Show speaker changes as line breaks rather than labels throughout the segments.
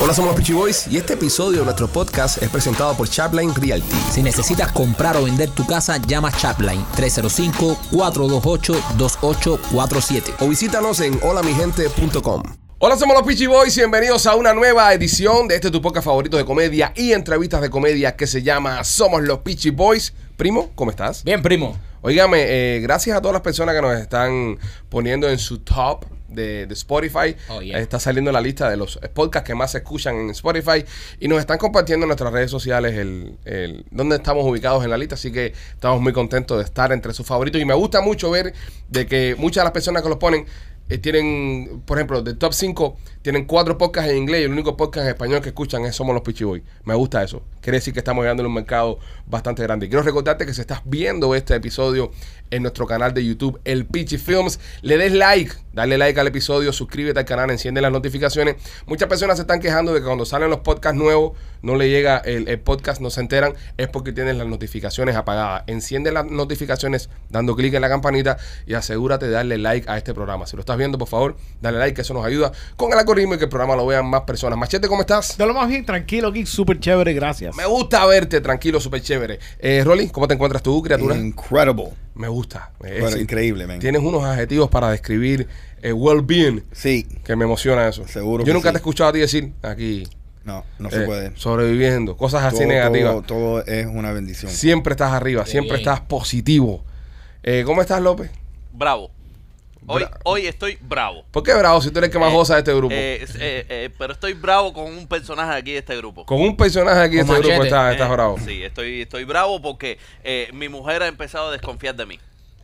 Hola, somos los Peachy Boys y este episodio de nuestro podcast es presentado por Chapline Realty.
Si necesitas comprar o vender tu casa, llama Chapline 305-428-2847.
O visítanos en holamigente.com. Hola, somos los Peachy Boys y bienvenidos a una nueva edición de este tu podcast favorito de comedia y entrevistas de comedia que se llama Somos los Peachy Boys. Primo, ¿cómo estás?
Bien, primo.
Óigame, eh, gracias a todas las personas que nos están poniendo en su top de, de Spotify. Este,
Oh, yeah.
Está saliendo la lista de los podcasts que más se escuchan en Spotify. Y nos están compartiendo en nuestras redes sociales el, el- dónde estamos ubicados en la lista. Así que estamos muy contentos de estar entre sus favoritos. Y me gusta mucho ver de que muchas de las personas que los ponen eh, tienen, por ejemplo, del top 5, tienen cuatro podcasts en inglés y el único podcast en español que escuchan es Somos los Pichiboy. Me gusta eso. Quiere decir que estamos llegando a un mercado bastante grande. Y Quiero recordarte que si estás viendo este episodio en nuestro canal de YouTube, El Pichi Films, le des like, dale like al episodio, suscríbete al canal, enciende las notificaciones. Muchas personas se están quejando de que cuando salen los podcasts nuevos no le llega el, el podcast, no se enteran, es porque tienen las notificaciones apagadas. Enciende las notificaciones dando clic en la campanita y asegúrate de darle like a este programa. Si lo estás viendo, por favor, dale like, que eso nos ayuda con el algoritmo y que el programa lo vean más personas. Machete, ¿cómo estás?
De lo más bien, tranquilo, aquí, súper chévere, gracias.
Me gusta verte, tranquilo, súper chévere. Eh, Rolly, ¿cómo te encuentras tú, criatura?
Incredible.
Me gusta. Eh,
Bueno,
sí.
increíble, man.
Tienes unos adjetivos para describir el well-being,
Sí.
que me emociona eso.
Seguro
Yo
que
nunca
sí.
te he escuchado a ti decir aquí
No, no
eh,
se puede.
sobreviviendo, cosas así
Todo-
negativas.
Todo, todo es una bendición.
Siempre estás arriba, siempre
bien.
estás positivo. Eh, ¿Cómo estás, López?
Bravo. Hoy,
Bra-
hoy estoy bravo.
¿Por qué bravo si tú eres el que más
Eh,
goza de este grupo?
Eh, es- eh, eh, pero estoy bravo con un personaje aquí de este grupo.
Con un personaje aquí de este
con
grupo
Machete,
estás,
Eh,
estás bravo.
Sí, estoy, estoy bravo porque eh, mi mujer ha empezado a desconfiar de mí.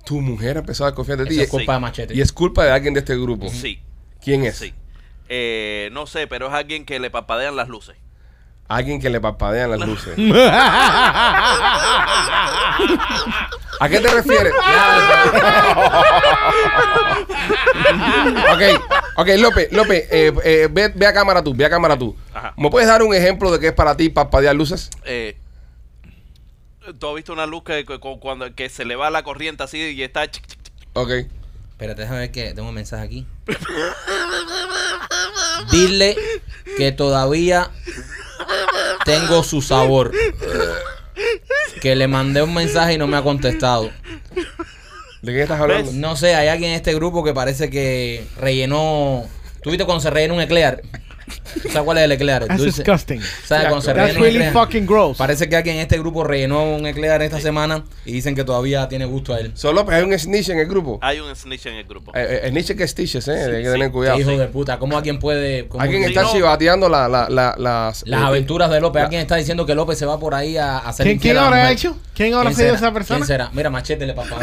Tu mujer ha empezado a desconfiar de ti
Eso
y
es
es,
culpa de Machete.
y es culpa de alguien de este grupo.
Sí,
¿Quién es?
sí. Eh, no sé, pero es alguien que le parpadean las luces.
Alguien que le parpadean las luces. ¿A qué te refieres? ok, ok, López, López, eh, eh, ve, ve a cámara tú, ve a cámara tú.
Ajá.
¿Me puedes dar un ejemplo de qué es para ti parpadear luces?
Eh, ¿Tú has visto una luz que, que- cu- cuando, que se le va la corriente así y está... chic, chic, chic?
Ok.
Espérate, déjame ver que tengo un mensaje aquí. Dile que todavía tengo su sabor. Que le mandé un mensaje y no me ha contestado.
¿De qué estás hablando?
No sé, hay alguien en este grupo que parece que rellenó. ¿Tú viste cuando se rellena un eclear? ¿Sabes cuál es el eclear?
That's
Tú dices-
disgusting.
¿Sabes cuando se
That's
rellena
That's
un
really
eclear?
fucking gross.
Parece que alguien en este grupo rellenó un eclear esta semana y dicen que todavía tiene gusto a él.
So, López, hay un snitch en el grupo.
Hay un snitch en el grupo.
Eh, eh, el snitch que es stitches, ¿eh? Hay que
Ah. sí.
tener cuidado.
Qué hijo de puta, ¿cómo alguien puede.? cómo
Alguien
que-
está
no.
chivateando la- la- la- las...
Las
eh,
aventuras de López. Alguien está diciendo que López se va por ahí a, a hacer
¿Quién, quién
infiel a la
habrá
mujer.
hecho? ¿Quién habrá
¿Quién
sido
será?
esa
¿Quién
persá
será? Mira, machete le papá.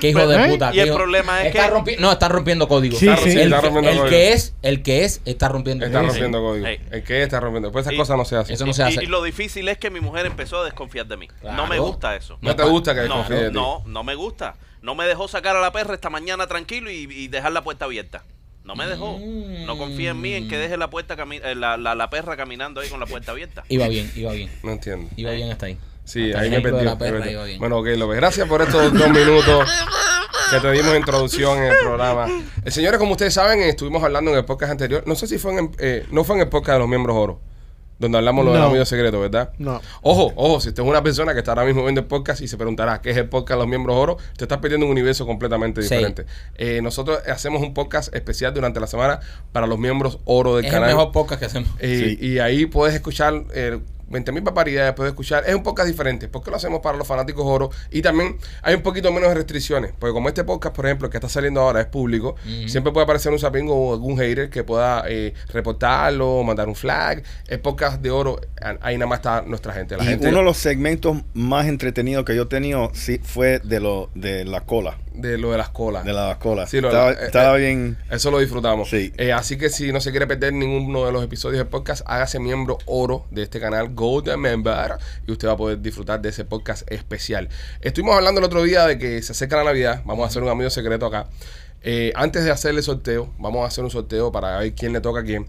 Qué hijo de
¿Eh?
puta.
Y
qué
el
hijo-
problema es
está
que-
rompi- No, está rompiendo código.
Sí, sí.
El,
Está rompiendo
el
código.
que es, el que es, está rompiendo
Está
código.
rompiendo código.
Ey.
El que está rompiendo. Pues esas
Y-
cosas no se hacen.
Eso no se hace.
Y, y lo difícil es que mi mujer empezó a desconfiar de mí. No me
Claro.
gusta eso.
No te gusta que
No,
desconfíe de ti.
no, no me gusta. No me dejó sacar a la perra esta mañana tranquilo y, y dejar la puerta abierta. No me dejó. No confía en mí en
Mm.
que deje la puerta cami- eh, la, la- la perra caminando ahí con la puerta abierta.
Iba bien, iba bien.
No entiendo.
Iba bien hasta ahí.
Sí,
Hasta
ahí
el
me
ejemplo
perdí.
de la perra iba bien.
Bueno, ok, López. Gracias por estos dos minutos que te dimos introducción en el programa. Eh, señores, como ustedes saben, eh, estuvimos hablando en el podcast anterior. No sé si fue en el, eh, no fue en el podcast de los miembros oro, donde hablamos lo del
No.
amigo secreto, ¿verdad?
No.
Ojo, ojo, si usted es una persona que está ahora mismo viendo el podcast y se preguntará qué es el podcast Los Miembros Oro, te estás perdiendo un universo completamente
Sí.
diferente. Eh, nosotros hacemos un podcast especial durante la semana para los miembros oro del
Es
canal.
el mejor podcast que hacemos.
Eh,
Sí.
Y ahí puedes escuchar eh, 20.000 paparidades, puedes escuchar. Es un podcast diferente, porque lo hacemos para los fanáticos oro. Y también hay un poquito menos de restricciones, porque como este podcast, por ejemplo, el que está saliendo ahora es público, siempre puede aparecer un sapingo o algún hater que pueda eh, reportarlo, mandar un flag. El podcast de oro, a- ahí nada más está nuestra gente. La
Y
gente
uno de los segmentos más entretenidos que yo he tenido sí, fue de lo de la cola.
de lo de las colas.
De la cola.
Sí, lo-
estaba,
eh,
estaba
eh,
bien.
Eso lo disfrutamos.
Sí.
Eh, así que si no se quiere perder ninguno de los episodios del podcast, hágase miembro oro de este canal Golden Member y usted va a poder disfrutar de ese podcast especial. Estuvimos hablando el otro día de que se acerca la Navidad. Vamos a hacer un amigo secreto acá. Eh, antes de hacer el sorteo, vamos a hacer un sorteo para ver quién le toca a quién.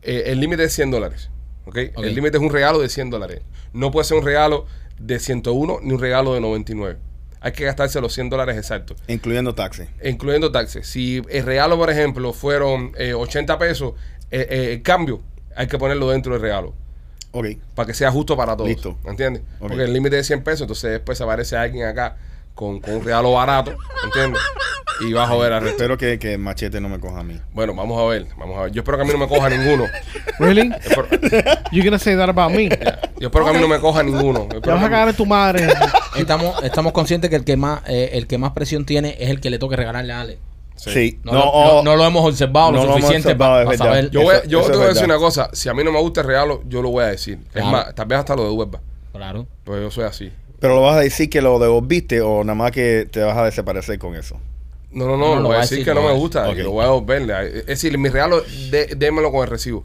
Eh, el límite es 100 dólares. ¿ok?
Ok.
El límite es un regalo de 100 dólares. No puede ser un regalo de 101 ni un regalo de 99. Hay hay que gastarse los 100 dólares exactos
Incluyendo taxi.
incluyendo taxes. Si el regalo, por ejemplo, fueron eh, 80 pesos, eh, eh, el cambio hay que ponerlo dentro del regalo
Ok.
para que sea justo para todos.
Listo.
¿Entiendes?
Ok.
Porque el límite es 100 pesos, entonces después aparece alguien acá con, con un regalo barato, ¿entiendes? Y va a joder al resto.
Espero que, que Machete no me coja a mí.
Bueno, vamos a ver, vamos a ver. Yo espero que a mí no me coja ninguno.
Really?
Espero-
You gonna say that about me?
yo espero que a mí no me coja ninguno. Yo
Te
espero
vas a
que-
cagar en tu madre.
Estamos, estamos conscientes que el que más eh, el que más presión tiene es el que le toque regalarle a Ale.
Sí.
No, lo,
oh,
oh.
no- no lo hemos observado
no
lo
lo hemos
suficiente
observado,
para
es verdad.
saber.
Yo, voy,
Eso-
yo
eso
te
es
voy a decir
verdad.
una cosa. Si a mí no me gusta el regalo, yo lo voy a decir.
Claro.
Es más, tal vez hasta lo devuelva.
Claro.
Pues yo soy así.
Pero lo vas a decir que lo devolviste o nada más que te vas a desaparecer con eso.
No, no, no,
No,
lo voy a decir que no
lo
me
voy a
gusta.
decir.
y
Ok.
Lo voy a devolverle. Es decir, mi regalo, dé- démelo con el recibo.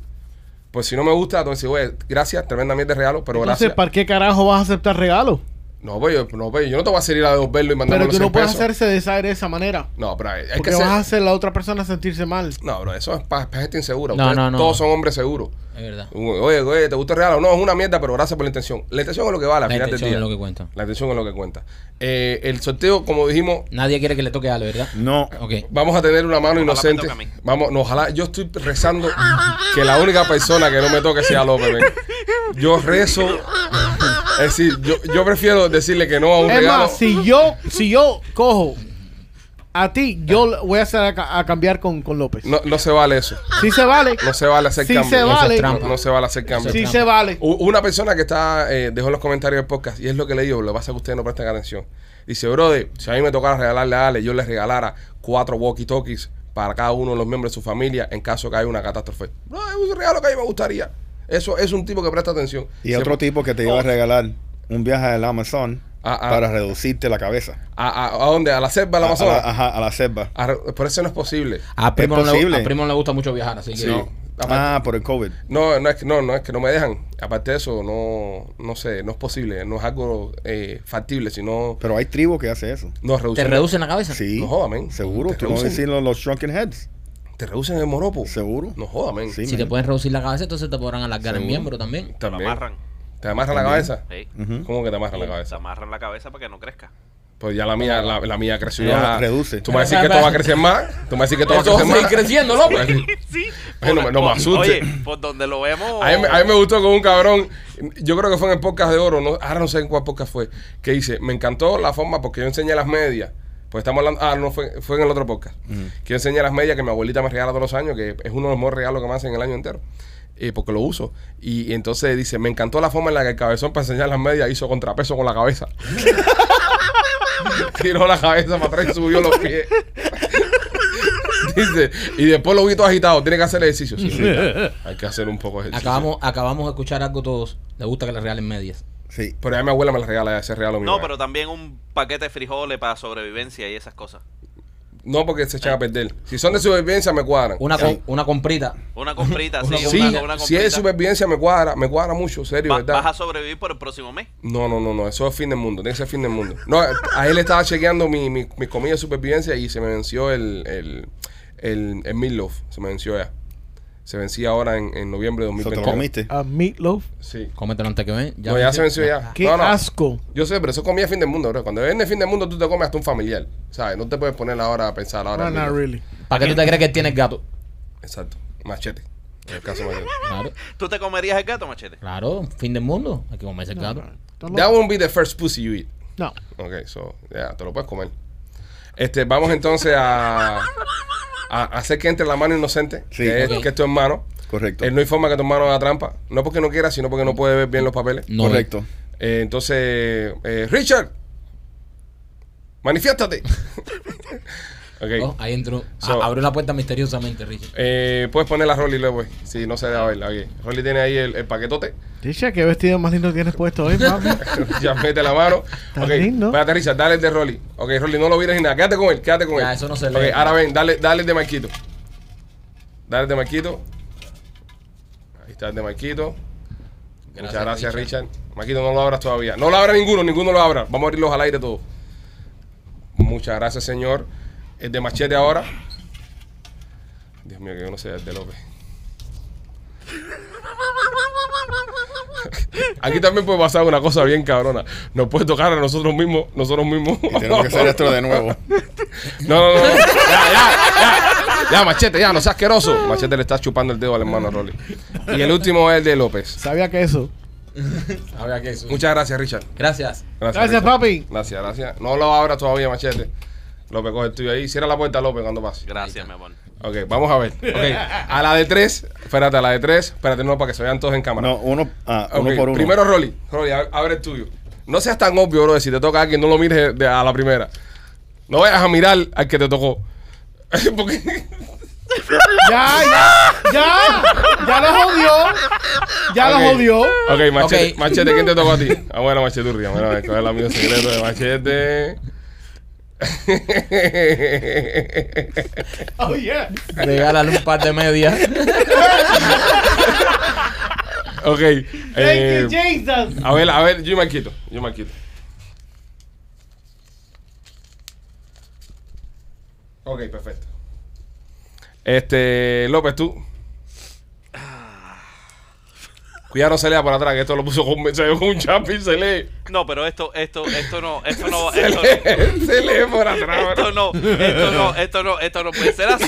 Pues si no me gusta, entonces, güey, gracias, tremendamente regalo, pero
Entonces,
gracias.
¿para qué carajo vas a aceptar regalo?
No, pues yo, no, pues yo no te voy a hacer ir a devolverlo y mandarme
Pero tú
los
no
100
puedes
pesos.
hacerse desaire de esa manera.
No, pero hay, hay
Porque
que
vas a
ser.
hacer a la otra persona sentirse mal.
No, bro, eso es para gente insegura.
No,
Ustedes
no, no.
Todos son hombres seguros.
Es verdad.
Oye, oye, ¿te gusta el regalo? No, es una mierda, pero gracias por la intención. La intención es lo que vale al
La
final del
intención
día.
es lo que cuenta.
La intención es lo que cuenta. Eh, el sorteo, como dijimos,
Nadie quiere que le toque a Ale, ¿verdad?
No.
Ok.
Vamos a tener una mano
Ojalá me
inocente.
toque a mí.
Vamos, no, ojalá. Yo estoy rezando que la única persona que no me toque sea López. ven. Yo rezo. Es decir, yo, yo prefiero decirle que no a un
Es
regalo.
más, si yo, si yo cojo a ti, yo lo voy a hacer a, ca- a cambiar con, con López.
No, no se vale eso.
Si se vale,
No se vale hacer
Sí
cambio.
se
No,
vale.
no, no se vale hacer cambio.
Eso
si
trampa.
se vale.
U- Una persona que está eh, dejó en los comentarios del podcast, y es lo que le digo, lo que pasa es que ustedes no prestan atención. Dice, brother, si a mí me tocara regalarle a Ale, yo le regalara cuatro walkie-talkies para cada uno de los miembros de su familia en caso que haya una catástrofe. No, es un regalo que a mí me gustaría. Eso es un tipo que presta atención.
Y
Se-
otro tipo que te iba a regalar un viaje al Amazon
Oh. Ah, ah.
para reducirte la cabeza.
¿A, a, a dónde? ¿A la selva, a la
A- a la-
Amazonas?
ajá, a la selva.
A re- Por eso no es posible.
A primo, no
Es
le,
posible.
a primo no le gusta mucho viajar, así que.
Sí.
No.
Aparte-
Ah, por el COVID.
No, no es, que, no, no es que no me dejan. Aparte de eso, no, no sé, no es posible. No es algo eh, factible, sino...
Pero hay tribus que hace eso.
No,
¿Te
reducen-
reducen la cabeza?
Sí.
No joda, men.
Seguro.
Te
Tú no vas a
reducen-
decir los, los shrunken heads.
Te reducen el moropo.
Seguro.
No jodas, men.
Sí.
Si te
man.
pueden reducir la cabeza, entonces te podrán alargar el
Seguro.
miembro también.
Te lo
También.
amarran.
¿Te amarran la cabeza?
Sí.
Ujú.
¿Cómo que te amarran la
Te
cabeza?
amarran la cabeza para que no crezca.
Pues ya la mía, la, la mía creció
No,
ya.
reduce.
Tú me vas a decir que todo va a crecer más. Tú me vas a decir que todo va a
Eso va a
crecer
seguir
más.
creciendo, López.
Sí.
Ay, Pues, no me- no me
Por-
asustes.
Oye, por donde lo vemos.
A mí, me- a mí me gustó con un cabrón. Yo creo que fue en el podcast de oro. No, ahora no sé en cuál podcast fue. Que dice: Me encantó la forma porque yo enseñé las medias. Pues estamos hablando. Ah, no, fue, fue en el otro podcast. Que yo enseñé las medias que mi abuelita me regala todos los años. Que es uno de los mejores regalos que me hacen en el año entero. eh, porque lo uso. Y, y entonces dice: Me encantó la forma en la que el cabezón para enseñar las medias hizo contrapeso con la cabeza. Tiró la cabeza para atrás y subió los pies. Dice, y después lo vi todo agitado. Tiene que hacer ejercicio. Sí, ahorita. hay que hacer un poco de ejercicio.
Acabamos, acabamos de escuchar algo todos. Le gusta que le regalen medias.
Sí.
Pero ya mi abuela me la regala ese regalo mío.
No, pero también un paquete de frijoles para sobrevivencia y esas cosas.
No porque se echan a perder. Si son de supervivencia, me cuadran.
Una, com- una comprita.
Una comprita, sí,
Una
Sí,
una, una
si es de
comprita.
supervivencia, me cuadra. Me cuadra mucho, serio,
Va-
¿verdad?
vas a sobrevivir por el próximo mes.
No, no, no, no. Eso es fin del mundo. Tiene que ser fin del mundo. No, eh, a él estaba chequeando mi, mi, mi comida de supervivencia y se me venció el, el, el, el meatloaf. Se me venció ya. Se vencía ahora en, en noviembre de
¿Eso te
2020.
lo comiste?
A Meatloaf.
Sí.
Cómetelo antes que ven.
no, ya se venció ya.
Qué
No, no.
asco.
Yo sé, pero eso comía fin del mundo, bro. Cuando viene fin del mundo, tú te comes hasta un familiar. ¿Sabes? No te puedes poner ahora a pensar ahora.
No,
en
not
meatloaf.
really.
¿Para qué tú te crees que tiene el gato?
Exacto. Machete. En el caso machete.
Claro,
¿Tú te comerías el gato, machete?
claro, fin del mundo. Hay que comerse el gato.
¿Estás loco?
That won't be the first pussy you eat.
No.
Ok, so, yeah, te lo puedes comer. Este, vamos entonces a, a hacer que entre la mano inocente,
Sí.
que, es,
Ok.
que es tu hermano.
Correcto.
Él no hay forma que tu hermano haga trampa. No porque no quiera, sino porque no puede ver bien los papeles.
No,
Correcto.
Eh, entonces, eh, Richard, manifiéstate. ok.
Oh, ahí entró. A-
So-
abrió la puerta misteriosamente, Richard.
Eh, puedes poner la Rolly luego, si no se da a ver. ok. Rolly tiene ahí el, el paquetote.
Dicha, qué vestido más lindo tienes puesto hoy, papi.
ya mete la mano.
Está
Ok,
lindo.
espérate, Richard, dale el de Rolly. Ok, Rolly, no lo vires ni nada. Quédate con él, quédate con
Ya,
él.
eso no se
Ok,
lee.
ahora ven, dale, dale el de Marquito. Dale el de Marquito. Ahí está el de Marquito. Muchas gracias, Richard. Marquito, no lo abras todavía. No lo abra ninguno, ninguno lo abra. Vamos a abrirlos al aire todos. Muchas gracias, señor. El de Machete ahora. Dios mío, que yo no sé el de López. Aquí también puede pasar una cosa bien cabrona. Nos puede tocar a nosotros mismos, nosotros mismos.
Y tenemos que hacer esto de nuevo.
No, no, no. no. Ya, ya, ya. Ya, machete, ya, no seas asqueroso. Machete le está chupando el dedo al hermano Rolly. Y el último es el de López.
Sabía que eso.
Habría que eso.
Muchas gracias, Richard.
Gracias.
Gracias,
Richard.
papi.
Gracias, gracias. No lo abras todavía, machete. López, coge el tuyo ahí. Cierra la puerta, López, cuando pase.
Gracias, mi amor.
Ok, vamos a ver. Ok, a la de tres. Espérate, a la de tres. Espérate, no, para que se vean todos en cámara.
No, uno, ah,
Ok,
uno por uno.
Primero, Rolly. Rolly, ab- abre el tuyo. No seas tan obvio, bro. Si te toca a alguien, no lo mires de- a la primera. No vayas a mirar al que te tocó. Porque
Ya, ya, ya. Ya lo jodió. Ya lo
Ok.
jodió.
Ok, machete,
Ok.
machete, ¿quién te tocó a ti? Ah, bueno, macheturria. Bueno, a ver, ¿cuál es el amigo secreto de machete?
Oh, yeah.
Regálale un par de medias.
ok. eh,
Thank you, Jesus.
a ver, a ver, yo y Marquito. Yo y Marquito. Ok, perfecto. Este, López, tú. Cuidado, no se lea por atrás, que esto lo puso con, se dio con un chapi y se lee.
No, pero esto, esto, esto no, esto no,
Se
esto no.
lee, se lee por atrás, bro.
Esto no, esto no, esto no, esto no puede ser así.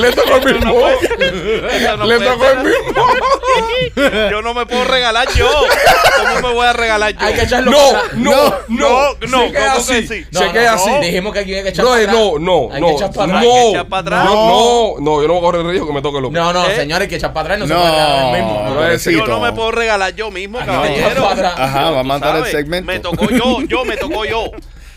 Le tocó el mismo.
Esto no
Le
puede
tocó el
ser así.
mismo.
Yo no me puedo regalar yo. ¿Cómo me voy a regalar yo?
Hay que echarlo
No,
para atrás.
no, no,
No,
no.
no,
Se queda
¿cómo que
así.
sí?
Se
No,
queda
no,
así.
no. Dijimos que aquí hay que echar para
Brother,
atrás.
no, no,
Hay
no.
que echar para atrás.
No,
echar para atrás.
no, no, no, yo no voy a correr el riesgo que me toque loco.
No, no,
¿Eh?
señores, hay que echar para atrás y no, se
No,
puede quedar el mismo.
no.
pobrecito.
Yo no me puedo regalar yo mismo,
Ah,
no,
caballero.
para atrás.
Ajá, va a
Tú
mandar el
sabes,
segmento.
Me tocó yo, yo me tocó yo.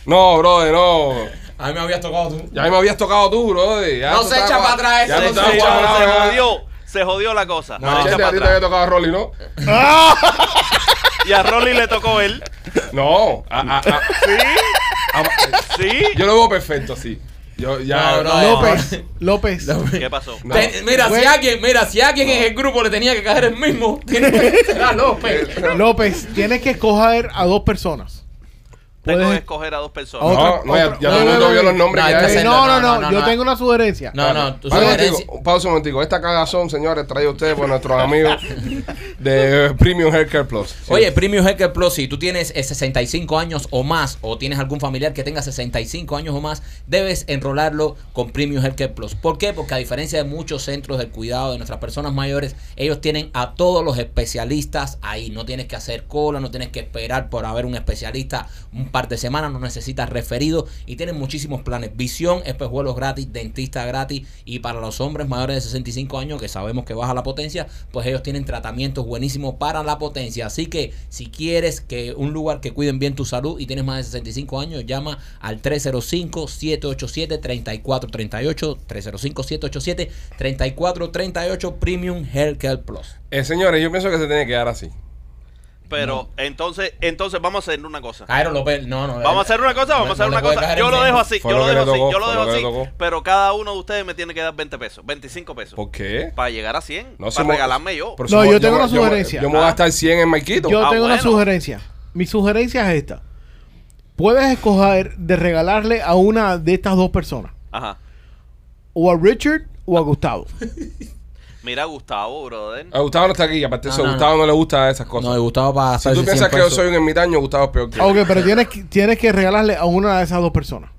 No, brother, no.
A mí me habías tocado tú.
Ya me habías tocado tú, brother. Ya
No
tú
se
estás
echa
guau-
para atrás
Ya
eso,
tú
Se,
no
estás
se- se
guau- guau-
jodió, se jodió la cosa.
No,
Se
Machete,
echa para
a ti te había
atrás.
tocado a Rolly, ¿no?
Y a Rolly le tocó él.
No. a- a- a- a-
¿Sí?
yo lo veo perfecto así. Yo ya.
No, brother.
López. López.
¿Qué pasó?
No.
Ten- mira, si
Güey.
alguien, mira, si alguien en el grupo le tenía que caer el mismo, tiene que ser a López.
López, tienes que escoger a dos personas.
Tengo que
Puedes-
escoger a dos personas.
Oh.
No,
Otra-
no, ya,
otra-
ya
no,
todo el
no,
mundo
no,
vio
no.
los nombres.
No,
ya
hay que
es-
hacer-
Eh, no, no,
no,
no,
no,
yo
no.
tengo una sugerencia.
No, no, tú
Vale, un
sugerencia.
momentico, pausa un momentico. Esta cagazón, señores, trae ustedes por nuestros amigos de Premium Healthcare Plus. Sí.
Oye, Premium Healthcare Plus, si tú tienes eh, 65 años o más, o tienes algún familiar que tenga 65 años o más, debes enrolarlo con Premium Healthcare Plus. ¿Por qué? Porque a diferencia de muchos centros del cuidado de nuestras personas mayores, ellos tienen a todos los especialistas ahí. No tienes que hacer cola, no tienes que esperar por haber un especialista un par de semanas, no necesitas referido y tienen muchísimos planes. Visión, espejuelos pues gratis, dentista gratis y para los hombres mayores de 65 años que sabemos que baja la potencia, pues ellos tienen tratamientos buenísimos para la potencia. Así que si quieres que un lugar que cuiden bien tu salud y tienes más de 65 años, llama al 305-787-3438, 305-787-3438 Premium Healthcare Plus.
Eh, señores, yo pienso que se tiene que dar así.
Pero entonces, entonces vamos a hacer una cosa.
Jairo López, no, no. eh.
Vamos a hacer una cosa, vamos a hacer
no le
una
puede
cosa.
caer
Yo
el
lo
mismo.
dejo así,
Fue
yo
lo
lo
que le
dejo así,
tocó,
yo lo
fue
dejo
lo que
así.
le tocó.
Pero cada uno de ustedes me tiene que dar 20 pesos, 25 pesos.
¿Por qué?
Para llegar a 100.
No,
para
somos-
regalarme yo.
Pero
No,
somos-
yo tengo
me-
una
me-
sugerencia.
Yo me voy a gastar 100 en Marquito.
Yo
Ah,
tengo una
bueno.
sugerencia. Mi sugerencia es esta. Puedes escoger de regalarle a una de estas dos personas.
Ajá.
O a Richard o a Gustavo.
Mira, Gustavo, brother.
A Eh, Gustavo no está aquí, aparte de
No,
eso,
no,
Gustavo no. le gustan esas
No, me
cosas.
gustaba para
si tú piensas que yo soy un ermitaño, Gustavo es peor que yo.
ok, pero tienes que, tienes que regalarle a una de esas dos personas.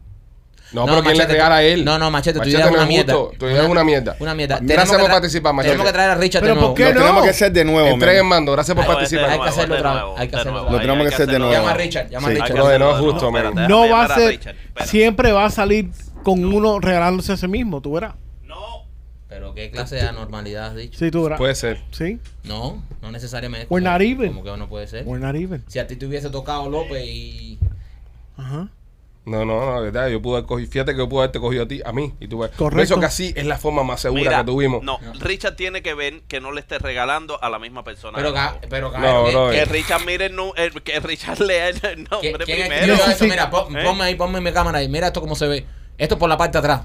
No, pero ¿quién le
Machete,
regala a
tú-
él?
No, no, Machete, tu
Machete
idea es
no
una
es
mierda.
justo. Tu idea es una mierda.
Una mierda.
Gracias por
tra-
participar, Machete.
Tenemos que traer a Richard
Pero
de nuevo.
¿por qué
Lo tenemos
no?
que hacer de nuevo,
Entreguen
man.
mando, gracias por
Ay,
participar.
de
Hay que hacerlo
de
otra
nuevo,
vez, hay que
de
hacerlo
nuevo,
otra vez.
Lo
hay-
tenemos
hay
que hacer de
hacerlo
nuevo.
Llama a Richard, llama a
Sí.
Hay que
Richard.
Lo de
hacerlo
no
de
es
nuevo.
justo, man.
Espérate, déjame
No va
llamar
a ser.
Richard. Ah, Espera.
Siempre va a salir con uno regalándose a sí mismo, tú verás.
No.
Pero qué clase de anormalidad has dicho.
Sí, tú verás.
Puede ser.
Sí.
No, no necesariamente.
We're
Como-
not even.
Como que no puede
¿Eh?
ser.
We're not even.
Si a ti te hubiese tocado López y.
Ajá.
No, no, no, de verdad, yo pude haber cogido, fíjate que yo pude haberte cogido a ti, a mí, y tú ves.
Correcto.
Pienso que así es la forma más segura
Mira,
que tuvimos.
No, Richard tiene que ver que no le esté regalando a la misma persona.
Pero,
de
ca-
nuevo.
pero
No,
¿qué-
bro,
que
eh.
Richard mire el, nu- el- que Richard lea el
¿qué-
nombre
¿Quién
primero.
escribió esto?
Sí.
Mira, pon-
¿Eh?
ponme ahí, ponme mi cámara ahí. Mira esto cómo se ve. Esto por la parte de atrás.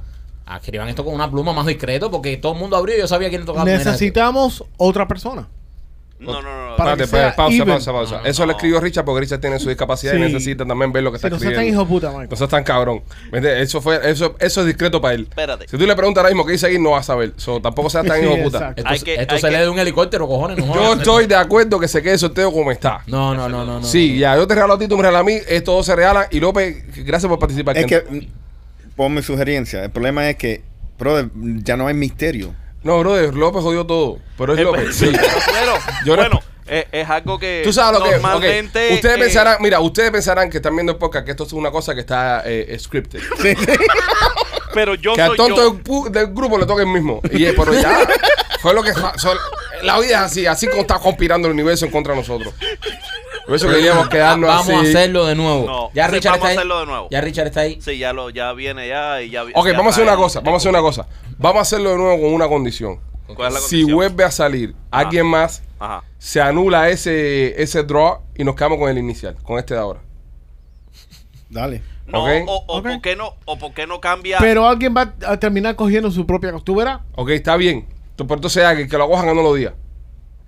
Ah, Escriban esto con una pluma más discreto porque todo el mundo abrió y yo sabía quién le tocaba. Mira esto.
Necesitamos otra persona.
No, no, no. no.
Para
Espérate,
que sea
espérate, pausa,
even.
pausa, pausa.
No, no,
Eso lo
no.
escribió Richard porque Richard tiene su discapacidad y
Sí.
necesita también ver lo que está
Si no seas
escribiendo.
tan hijo de puta, Michael.
No seas tan cabrón. ¿Viste? Eso, fue, eso, eso es discreto para él.
Espérate.
Si tú le preguntas ahora mismo qué dice ahí, no vas a saber. So, tampoco seas tan
Sí,
hijo de puta.
exacto.
Esto,
Hay que-
esto
hay
se
que-
lee de un helicóptero, cojones. No
Yo
jodas.
estoy de acuerdo que se quede el sorteo como está.
No, no, no, no. no
Sí, ya, yo te regalo a ti, tú me regalas a mí, estos dos se regalan. Y López, gracias por participar.
Es que, mm, pon mi sugerencia. El problema es que, brother, ya no hay misterio.
No, brother, López jodió todo. Pero es
Eh,
López. Sí.
pero- pero,
Yo no-
bueno, eh, es algo que
Tú sabes lo que
normalmente
ok. Ustedes
eh,
pensarán, mira, ustedes pensarán que están viendo el podcast que esto es una cosa que está eh, scripted.
pero yo
que al
soy
tonto
yo.
del, pu- del grupo le toca el mismo. Y eh, pero ya, fue lo que fa- son- la vida es así, así como está conspirando el universo en contra de nosotros. Por eso queríamos quedarnos
Vamos a
así.
hacerlo de nuevo.
No,
ya
sí,
Richard está
vamos a
ahí.
hacerlo de nuevo.
Ya Richard está ahí.
Sí, ya lo ya viene ya y ya
Ok,
ya
vamos a hacer
trae-
una cosa, vamos a hacer una cosa. Vamos a hacerlo de nuevo con una condición.
¿Cuál es la
Si
condición? Ah.
vuelve a salir alguien más,
Ajá.
se anula ese, ese draw y nos quedamos con el inicial, con este de ahora.
Dale.
No,
Ok.
o, o
Ok.
por qué no o por qué no cambia
Pero alguien va a terminar cogiendo su propia costura.
Ok, está bien. Tú- Pero entonces ah, que el que lo cojan que no lo diga.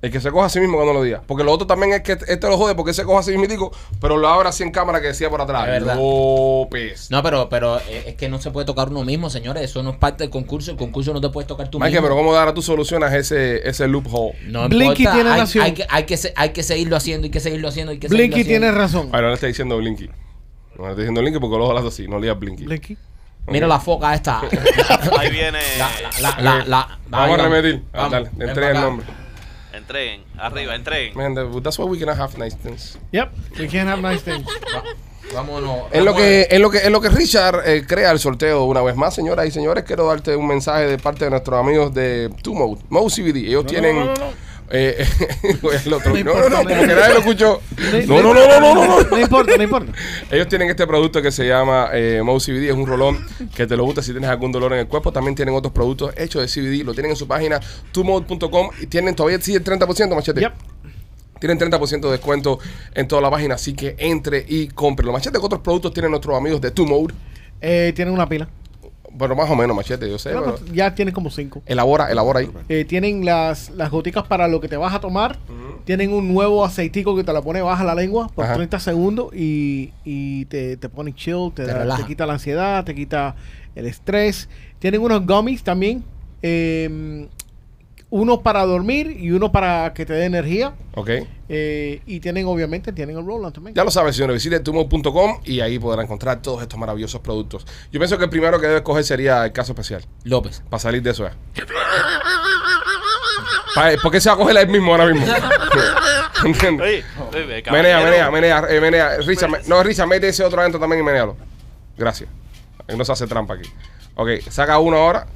El que se coja a sí mismo que no lo diga. Porque lo otro también es que este lo jode porque se coja a sí mismo, pero lo abra así en cámara que decía por atrás.
Es verdad.
López.
No, pero, pero eh, es que no se puede tocar uno mismo, señores. Eso no es parte del concurso. El concurso no te puedes tocar tú
Michael,
mismo.
pero ¿cómo dar a tú solucionas ese, ese loophole?
No
Blinky
importa,
tiene
hay,
razón.
Hay que, hay, que, se- hay que seguirlo haciendo, hay que seguirlo haciendo, hay que seguirlo
Blinky
haciendo.
tiene razón.
Ahora le está diciendo Blinky. No le está diciendo Blinky porque los hablas así, no leas Blinky.
Blinky.
Mira la foca esta.
ahí viene
La- la- la- la- la-
Vamos a
ahí
repetir. Ah,
Vamos,
dale,
ven
entrega
para
el
acá.
nombre.
entreguen arriba entreguen
Man, that- that's why we cannot have nice things.
Yep, we can't have nice things.
Va- Vámonos.
En lo,
Vámonos.
que, en, lo que, en lo que Richard eh, crea el sorteo una vez más, señoras y señores, quiero darte un mensaje de parte de nuestros amigos de Two Mode, Mode CBD. Ellos tienen. eh, el otro.
No
No, no, no,
importa, no
como que
importa.
nadie lo escuchó. No, no,
no,
no, no, no, no, no.
No importa, no importa.
Ellos tienen este producto que se llama eh, Mouse CBD, es un rolón que te lo gusta si tienes algún dolor en el cuerpo. También tienen otros productos hechos de CBD, lo tienen en su página tumode.com y tienen todavía sí el 30%, machete.
Yep.
Tienen 30% de descuento en toda la página, así que entre y cómprelo. Machete, que otros productos tienen nuestros amigos de Tumode?
Eh, tienen una pila.
Bueno, más o menos, machete, yo sé.
Creo
pero
que ya tienen como cinco.
elabora, elabora ahí.
Eh, tienen las, las goticas para lo que te vas a tomar. Tienen un nuevo aceitico que te la pone baja la lengua por
Ajá.
30 segundos y, y te, te pone chill, te,
Te
da-
relaja.
te quita la ansiedad, te quita el estrés. Tienen unos gummies también. eh, uno para dormir y uno para que te dé energía.
Ok.
eh, y tienen, obviamente, tienen el roll también.
Ya lo sabes, señores, visite tumode.com y ahí podrán encontrar todos estos maravillosos productos. Yo pienso que el primero que debes coger sería el caso especial.
López.
Para salir de eso ya. Pa- ¿Por qué se va a coger él mismo ahora mismo? ¿Entiendes?
Oye, oye,
Menea,
caballero.
menea, menea, eh, menea. Richard, me- no, Richard, mete ese otro adentro también y menealo. Gracias. No se hace trampa aquí. Ok, saca uno ahora.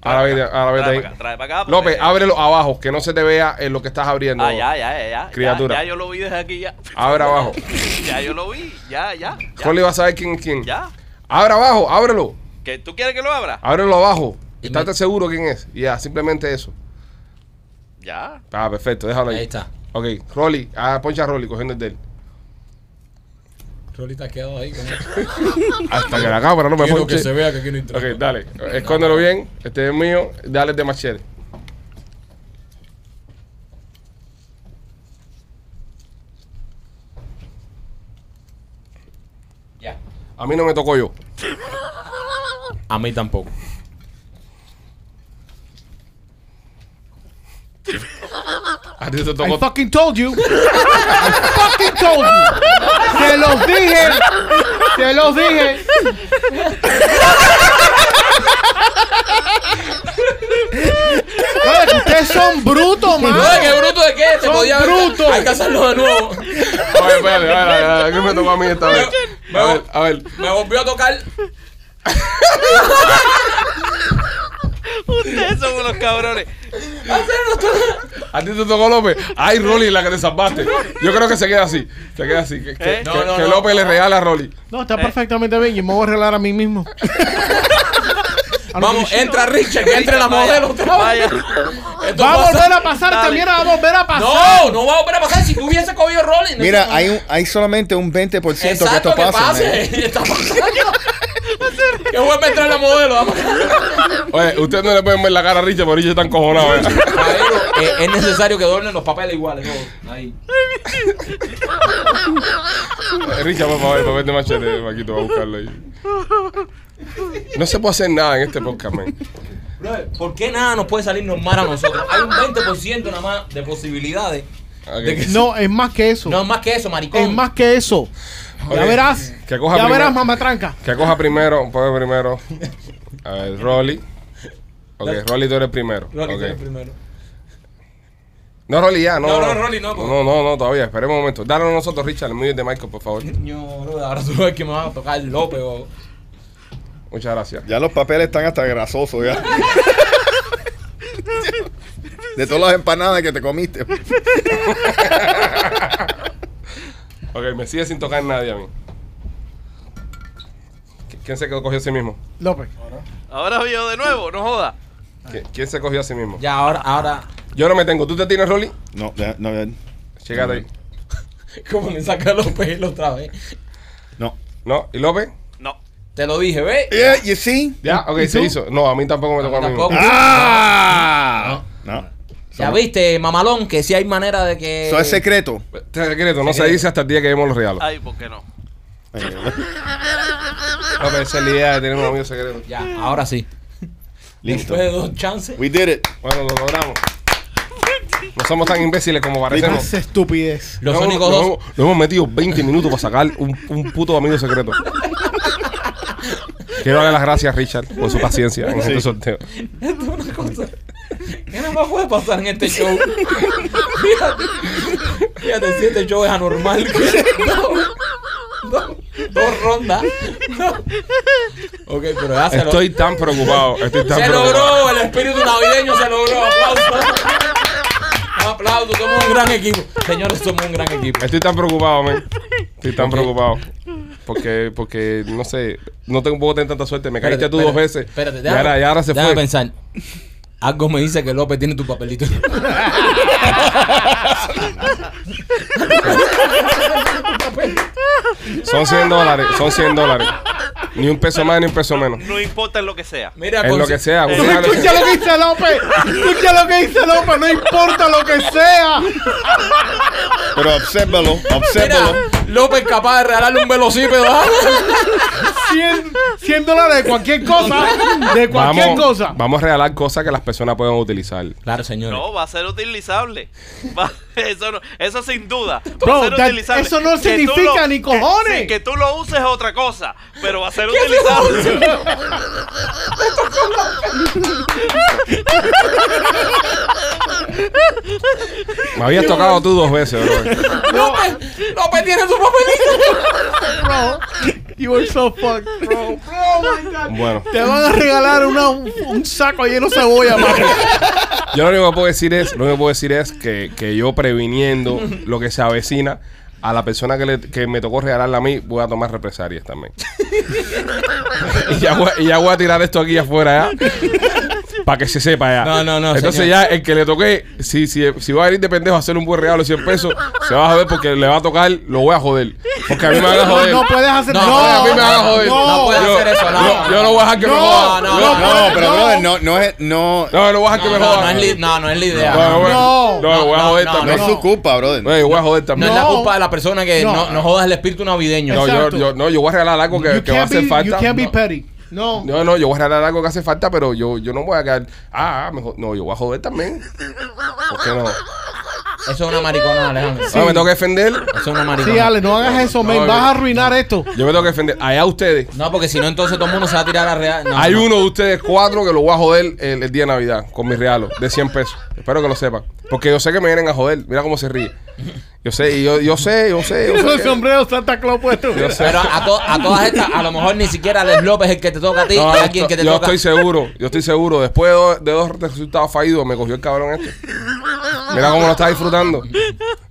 Ahora vete, ahora
Trae
vete
para
ahí.
acá, trae para acá,
López,
porque-
ábrelo abajo, que no se te vea en lo que estás abriendo.
Ah, ya, ya, ya, ya.
Criatura.
Ya, ya yo lo vi desde aquí ya.
Abre abajo.
Ya yo lo vi, ya, ya. Ya.
Rolly va a saber quién es quién.
ya.
Abre abajo, ábrelo.
¿Que tú quieres que lo abra?
Ábrelo abajo.
Y
Estate
me-
seguro quién es. Ya, simplemente eso.
Ya.
Ah, perfecto, déjalo ahí.
Ahí está.
Ok, Rolly, ah, poncha a Rolly cogiendo el de él.
Rolita quedó ahí.
Hasta que la cámara no me ponche.
vea que aquí no
Ok, dale, escóndelo bien. Este es mío, dale el de Machete.
Ya.
A mí no me tocó yo.
A mí tampoco.
A ti te
I
tocó.
fucking told you. I fucking told you. Te los dije. Te los dije. Brother, que ustedes son brutos, man.
qué bruto de qué! ¡Te
Son
podía
brutos.
Hay que hacerlo de nuevo.
Oye, espérate, dale, dale, dale, ¿qué me tocó a mí esta vez? A ver, a ver.
Me volvió a tocar.
Ustedes son unos cabrones.
A ti te tocó López. Ay, Rolly, la que te salvaste. Yo creo que se queda así. Se queda así. Que, que-
¿Eh?
que-
No, no,
que
no.
López le regala a Rolly.
No, está perfectamente bien. Yo me voy a arreglar a mí mismo.
Vamos, entra Richard, que entre la
Vaya,
modelo. otra vez.
Vaya.
Esto
Va a
pasa-
volver a pasar.
Dale.
También va a volver a pasar.
No, no va a volver a pasar. Si tú hubiese cogido Rolling. no-
Mira, hay, un, hay solamente un 20% que
Exacto,
esto
que
pasa. man.
pase. Está pasando. que Yo voy a meter la modelo. Vamos.
Oye, ustedes no le pueden ver la cara a Richard, pero Richard está encojonado. ¿eh?
Caballero, eh, es necesario que doblen los papeles iguales. todos. Ahí.
Eh, Richard, por favor, el papel de machete, Maquito, va a buscarlo ahí. No se puede hacer nada en este podcast, man.
Brother, ¿Por qué nada nos puede salir normal a nosotros? Hay un 20% nada más de posibilidades.
Ok.
De que-
No, es más que eso.
No es más que eso, maricón.
es más que eso. Ya
Ok.
verás.
Que coja
ya
primero.
verás, mamatranca.
Que coja primero, un poco primero. A ver, Rolly. Ok, Rolly, tú eres primero.
Rolly,
Ok.
tú eres primero.
No, Rolly, ya, no.
No, no, Rolly, no, pues.
No,
porque-
no, no, todavía, esperemos un momento. Danos nosotros, Richard, el medio de Michael, por favor.
Coño, brother, ahora tú ves que me vas a tocar el López o...
Muchas gracias.
Ya los papeles están hasta grasosos ya. De todas las empanadas que te comiste.
Ok, me sigue sin tocar nadie a mí. ¿Qui- ¿Quién se cogió a sí mismo?
López.
Ahora yo de nuevo, no joda.
¿Qui- ¿Quién se cogió a sí mismo?
Ya, ahora, ahora...
Yo no me tengo. ¿Tú te tienes, Rolly?
No, ya, no, ya.
Chégate
Mm.
ahí.
¿Cómo le saca los pelos otra vez?
No.
¿No? ¿Y López?
No.
Te lo dije, ¿ves?
Yeah, you see?
Ya, ok, se hizo. No, a mí tampoco me
A mí
tocó a mí.
tampoco.
¡Ah! No.
Ya viste, mamalón, que si hay manera de que...
Eso es secreto.
Ah, Te secreto, no se dice hasta el día que vemos los regalos.
Ah,
Ay, ¿por qué no?
Eh,
No, pero esa es la idea de tener un amigo secreto.
ah, Ya, ahora sí.
Listo.
Después de dos chances.
We did it.
Bueno, lo logramos. No somos tan imbéciles como parecemos.
Esa estupidez.
Los
Nos hemos-
únicos
nos
dos...
hemos- nos hemos metido 20 minutos para sacar un, un puto amigo secreto. Quiero darle las gracias a Richard por su paciencia en este
Sí.
sorteo.
Esto es una cosa. ¿Qué nada más puede pasar en este show? Fíjate, fíjate si este show es anormal. Dos, dos- dos rondas. Ok, pero ya se, lo-
Estoy tan preocupado. Estoy tan
se
preocupado.
logró. El espíritu navideño se logró. Aplausos. Aplausos. Somos un gran equipo. Señores, somos un gran equipo.
Estoy tan preocupado, man. Estoy tan preocupado. Porque, porque, no sé, no tengo un poco tanta suerte. Me caíste
Espérate,
tú dos
espérate,
veces.
Espérate,
y ahora, y ahora se
déjame
fue.
pensar. Algo me dice que López tiene tu papelito.
Son 100 dólares. Son 100 dólares. Ni un peso más, ni un peso menos.
No importa en lo que sea.
Mira,
En lo
consi-
que sea.
Eh,
busca lo que
Escucha
sea.
lo que dice López. Escucha lo que dice López. No importa lo que sea.
Pero obsérvalo,
Mira,
obsérvalo.
López capaz de regalarle un velocípedo. ¿ah?
100, 100 dólares de cualquier cosa. De cualquier
Vamos,
cosa.
vamos a regalar cosas que las personas puedan utilizar.
Claro, señor.
No, va a ser utilizable. Va- eso, no- eso sin duda. Va
Bro,
a ser
that-
utilizable.
eso no
Que tú
significa
lo-
ni cojones.
Que, sí, que tú lo uses es otra cosa, pero va a ser utilizable.
Me habías tocado tú dos veces, bro.
López, López tiene su papelito.
Bro, you were so fucked, bro. Bro, my God.
Bueno,
Te van a regalar una, un, un saco lleno de cebolla, man.
yo lo único que puedo decir es, lo único que puedo decir es que, que yo previniendo lo que se avecina a la persona que, le- que me tocó regalarla a mí, voy a tomar represalias también. y, ya voy, y ya voy a tirar esto aquí afuera ya. Para que se sepa ya.
No, no, no,
Entonces
señor.
ya el que le toqué, si, si, si va a venir de pendejo a hacer un buen regalo de 100 pesos, se va a joder porque le va a tocar, lo voy a joder. Porque a mí me van a
No,
joder.
no puedes hacer
No,
Oye, a mí me van a joder.
no,
no puedes
Yo-
hacer eso, no.
Yo, yo no voy a dejar que me
No,
jodan.
no,
Yo- no,
no,
No, pero
no.
brother, no, no es, no, no,
No, no voy a dejar que
No,
me
no,
jodan.
no, es, li- no, no es la idea.
No, no,
No,
voy a-
No.
no, voy a
No,
joder
no,
también.
es su culpa, brother.
No, yo voy a joder
es
también.
la
No.
culpa de la persona que
No.
no, no, jodas el espíritu navideño.
No, yo,
Exacto.
yo, no, yo voy a regalar algo que,
You
que va a
can't
hacer
be, you
falta.
can't be petty. No.
No, no, yo voy a regalar algo que hace falta, pero yo, yo no voy a quedar. Ah, mejor. No, yo voy a joder también. ¿Por qué no?
Eso es una mariconada, Alejandro.
Ah, me tengo que defender.
Eso es una mariconada.
Sí, Ale, no hagas eso,
No,
man.
no.
Vas a arruinar esto.
Yo me tengo que defender. Allá ustedes.
No, porque si no, entonces todo el mundo se va a tirar a real. No,
Hay
no.
uno de ustedes cuatro que lo voy a joder el, el día de Navidad con mis regalos de 100 pesos. Espero que lo sepan. Porque yo sé que me vienen a joder. Mira cómo se ríe. Yo sé, y yo, yo sé, yo sé, yo sé.
Los
que-
sombreros Santa Claus puestos.
Yo sé.
Pero a, to- a todas estas, a lo mejor ni siquiera Les López es el que te toca a ti,
No,
es alguien que te
yo
toca.
estoy seguro, yo estoy seguro. Después de dos, de dos resultados fallidos, me cogió el cabrón este. Mira cómo lo está disfrutando.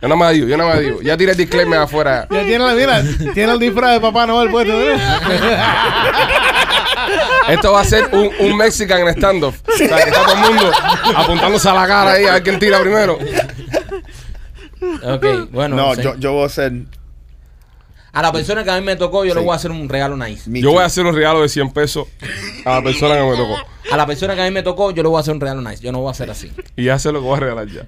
Yo no me digo, yo no me digo. Ya tiré el disclaimer afuera.
Ya tiene la mira, tiene el disfraz de Papá Noel puesto. mira.
Esto va a ser un, un Mexican standoff. O sea, que está todo el mundo apuntándose a la cara ahí a ver quién tira primero.
Ok, bueno.
No,
sí.
yo, yo voy a ser.
A la persona que a mí me tocó, yo le
Sí.
voy a hacer un regalo nice.
Mickey.
Yo voy a hacer un regalo de 100 pesos a la persona que me tocó.
A la persona que a mí me tocó, yo le voy a hacer un regalo nice. Yo no voy a hacer así.
Y ya sé lo que voy a regalar ya.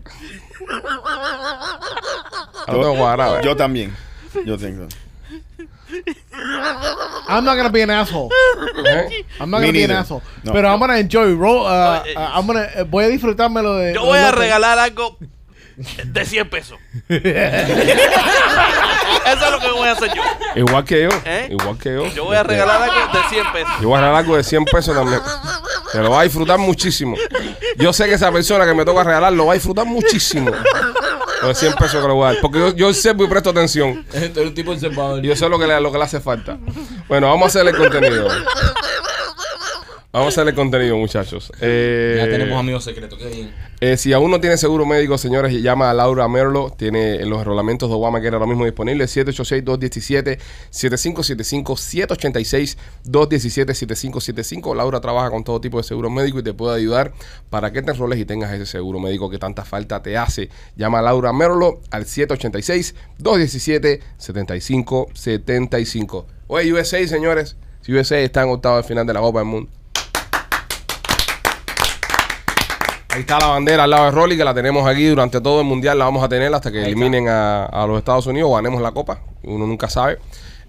Ahora tengo cuadrado. ¿eh?
Yo también. Yo tengo.
I'm not gonna be an asshole.
¿Eh?
I'm not
Me
gonna be an
neither.
asshole.
No.
Pero I'm gonna enjoy. Bro, uh,
eh,
uh, I'm gonna, eh, voy a disfrutármelo de.
Yo
de
voy a
López.
regalar algo de 100 pesos. Eso es lo que voy a hacer yo.
Igual que yo.
¿Eh?
Igual que yo.
Yo voy a regalar algo de 100 pesos.
Yo voy a regalar algo de 100 pesos también. Te lo va a disfrutar muchísimo. Yo sé que esa persona que me toca regalar lo va a disfrutar muchísimo. Lo de 100 pesos que le voy a dar. Porque yo, yo observo y presto atención.
Esto es un tipo observador.
Y Yo sé lo que le, lo que le hace falta. Bueno, vamos a hacer el contenido. Vamos a hacer el contenido, muchachos. Eh,
Ya tenemos amigos secretos. Qué bien.
eh, si aún no tiene seguro médico, señores, llama a Laura Merlo. Tiene los enrolamientos de Obama que era ahora mismo disponible. 786-217-7575, 786-217-7575. Laura trabaja con todo tipo de seguros médicos y te puede ayudar para que te enroles y tengas ese seguro médico que tanta falta te hace. Llama a Laura Merlo al 786-217-7575. Oye, USA, señores. Si USA está en octavo de final de la Copa del Mundo. Ahí está la bandera al lado de Rolly, que la tenemos aquí durante todo el mundial. La vamos a tener hasta que
Ahí está.
eliminen a, a los Estados Unidos o ganemos la copa. Uno nunca sabe.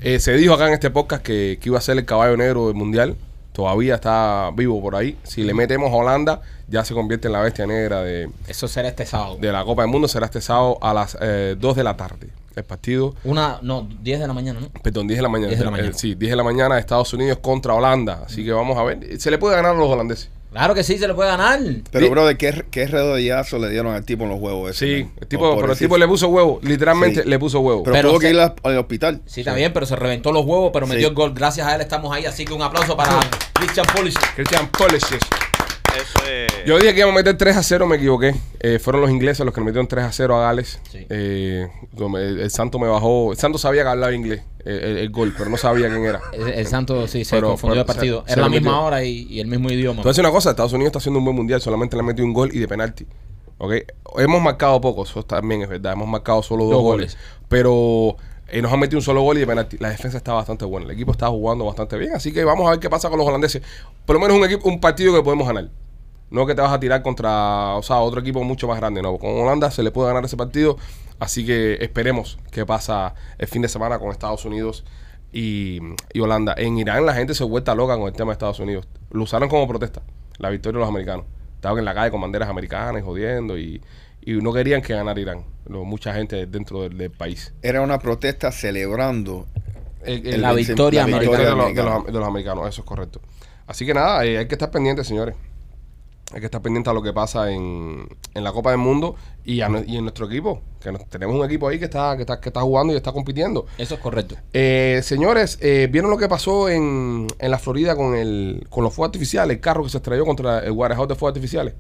Eh, se dijo acá en este podcast que, que iba a ser el caballo negro del mundial. Todavía está vivo por ahí. Si le metemos a Holanda, ya se convierte en la bestia negra de,
Eso será este sábado.
de la Copa del Mundo. Será este sábado a las eh, 2 de la tarde. El partido
Una, no, 10 de la mañana, ¿no?
Perdón, 10 de la mañana.
10 de la mañana.
Eh, sí, 10 de la mañana Estados Unidos contra Holanda. Así que vamos a ver. Se le puede ganar a los holandeses.
Claro que sí, se le puede ganar.
Pero,
Di-
brother, ¿qué, qué rodillazo le dieron al tipo en los huevos? esos,
Sí,
man?
el tipo,
Por-
pero el
Oh, pobrecito.
tipo le puso huevo. Literalmente
Sí.
le puso huevo.
Pero,
Oh, Pero
tuvo
se-
que ir al, al hospital.
Sí, está bien, pero se reventó los huevos, pero
Sí.
metió el gol. Gracias a él estamos ahí, así que un aplauso para Christian Pulisic.
Christian Pulisic.
Eso es.
Yo dije que íbamos a meter 3 a 0, me equivoqué. Eh, fueron los ingleses los que le metieron 3 a 0 a Gales.
Sí.
Eh, yo me- el, Santo me bajó. El Santo sabía que hablaba inglés, eh, el, el gol, pero no sabía quién era.
El, el Santo sí se
Pero-
confundió el
pero se-
partido.
se
Era
le
la misma
metió.
hora y, y el mismo idioma.
Entonces, una cosa: Estados Unidos está haciendo un buen mundial, solamente le ha metido un gol y de penalti. ¿ok? Hemos marcado poco, eso también es verdad. Hemos marcado solo dos,
Dos
goles.
goles.
Pero eh, nos han metido un solo gol y de penalti. La defensa está bastante buena. El equipo está jugando bastante bien. Así que vamos a ver qué pasa con los holandeses. Por lo menos un, equipo, un partido que podemos ganar. No que te vas a tirar contra o sea, otro equipo mucho más grande. No, con Holanda se le puede ganar ese partido. Así que esperemos qué pasa el fin de semana con Estados Unidos y, y Holanda. En Irán la gente se vuelta loca con el tema de Estados Unidos. Lo usaron como protesta, la victoria de los americanos. Estaban en la calle con banderas americanas, y jodiendo, y, y no querían que ganara Irán. Lo- mucha gente dentro del, del país.
Era una protesta celebrando el
la
vencim-
victoria
La
americana.
victoria de, los, de
americana.
los- de los americanos, eso es correcto. Así que nada, eh, hay que estar pendientes, señores. Hay que estar pendientes a lo que pasa en, en la Copa del Mundo y, a nu- y en nuestro equipo. Que nos- tenemos un equipo ahí que está, que está, que está jugando y está compitiendo.
Eso es correcto.
Eh, señores, eh, ¿vieron lo que pasó en, en la Florida con, el, con los fuegos artificiales? El carro que se estrelló contra el guarejado de fuegos artificiales.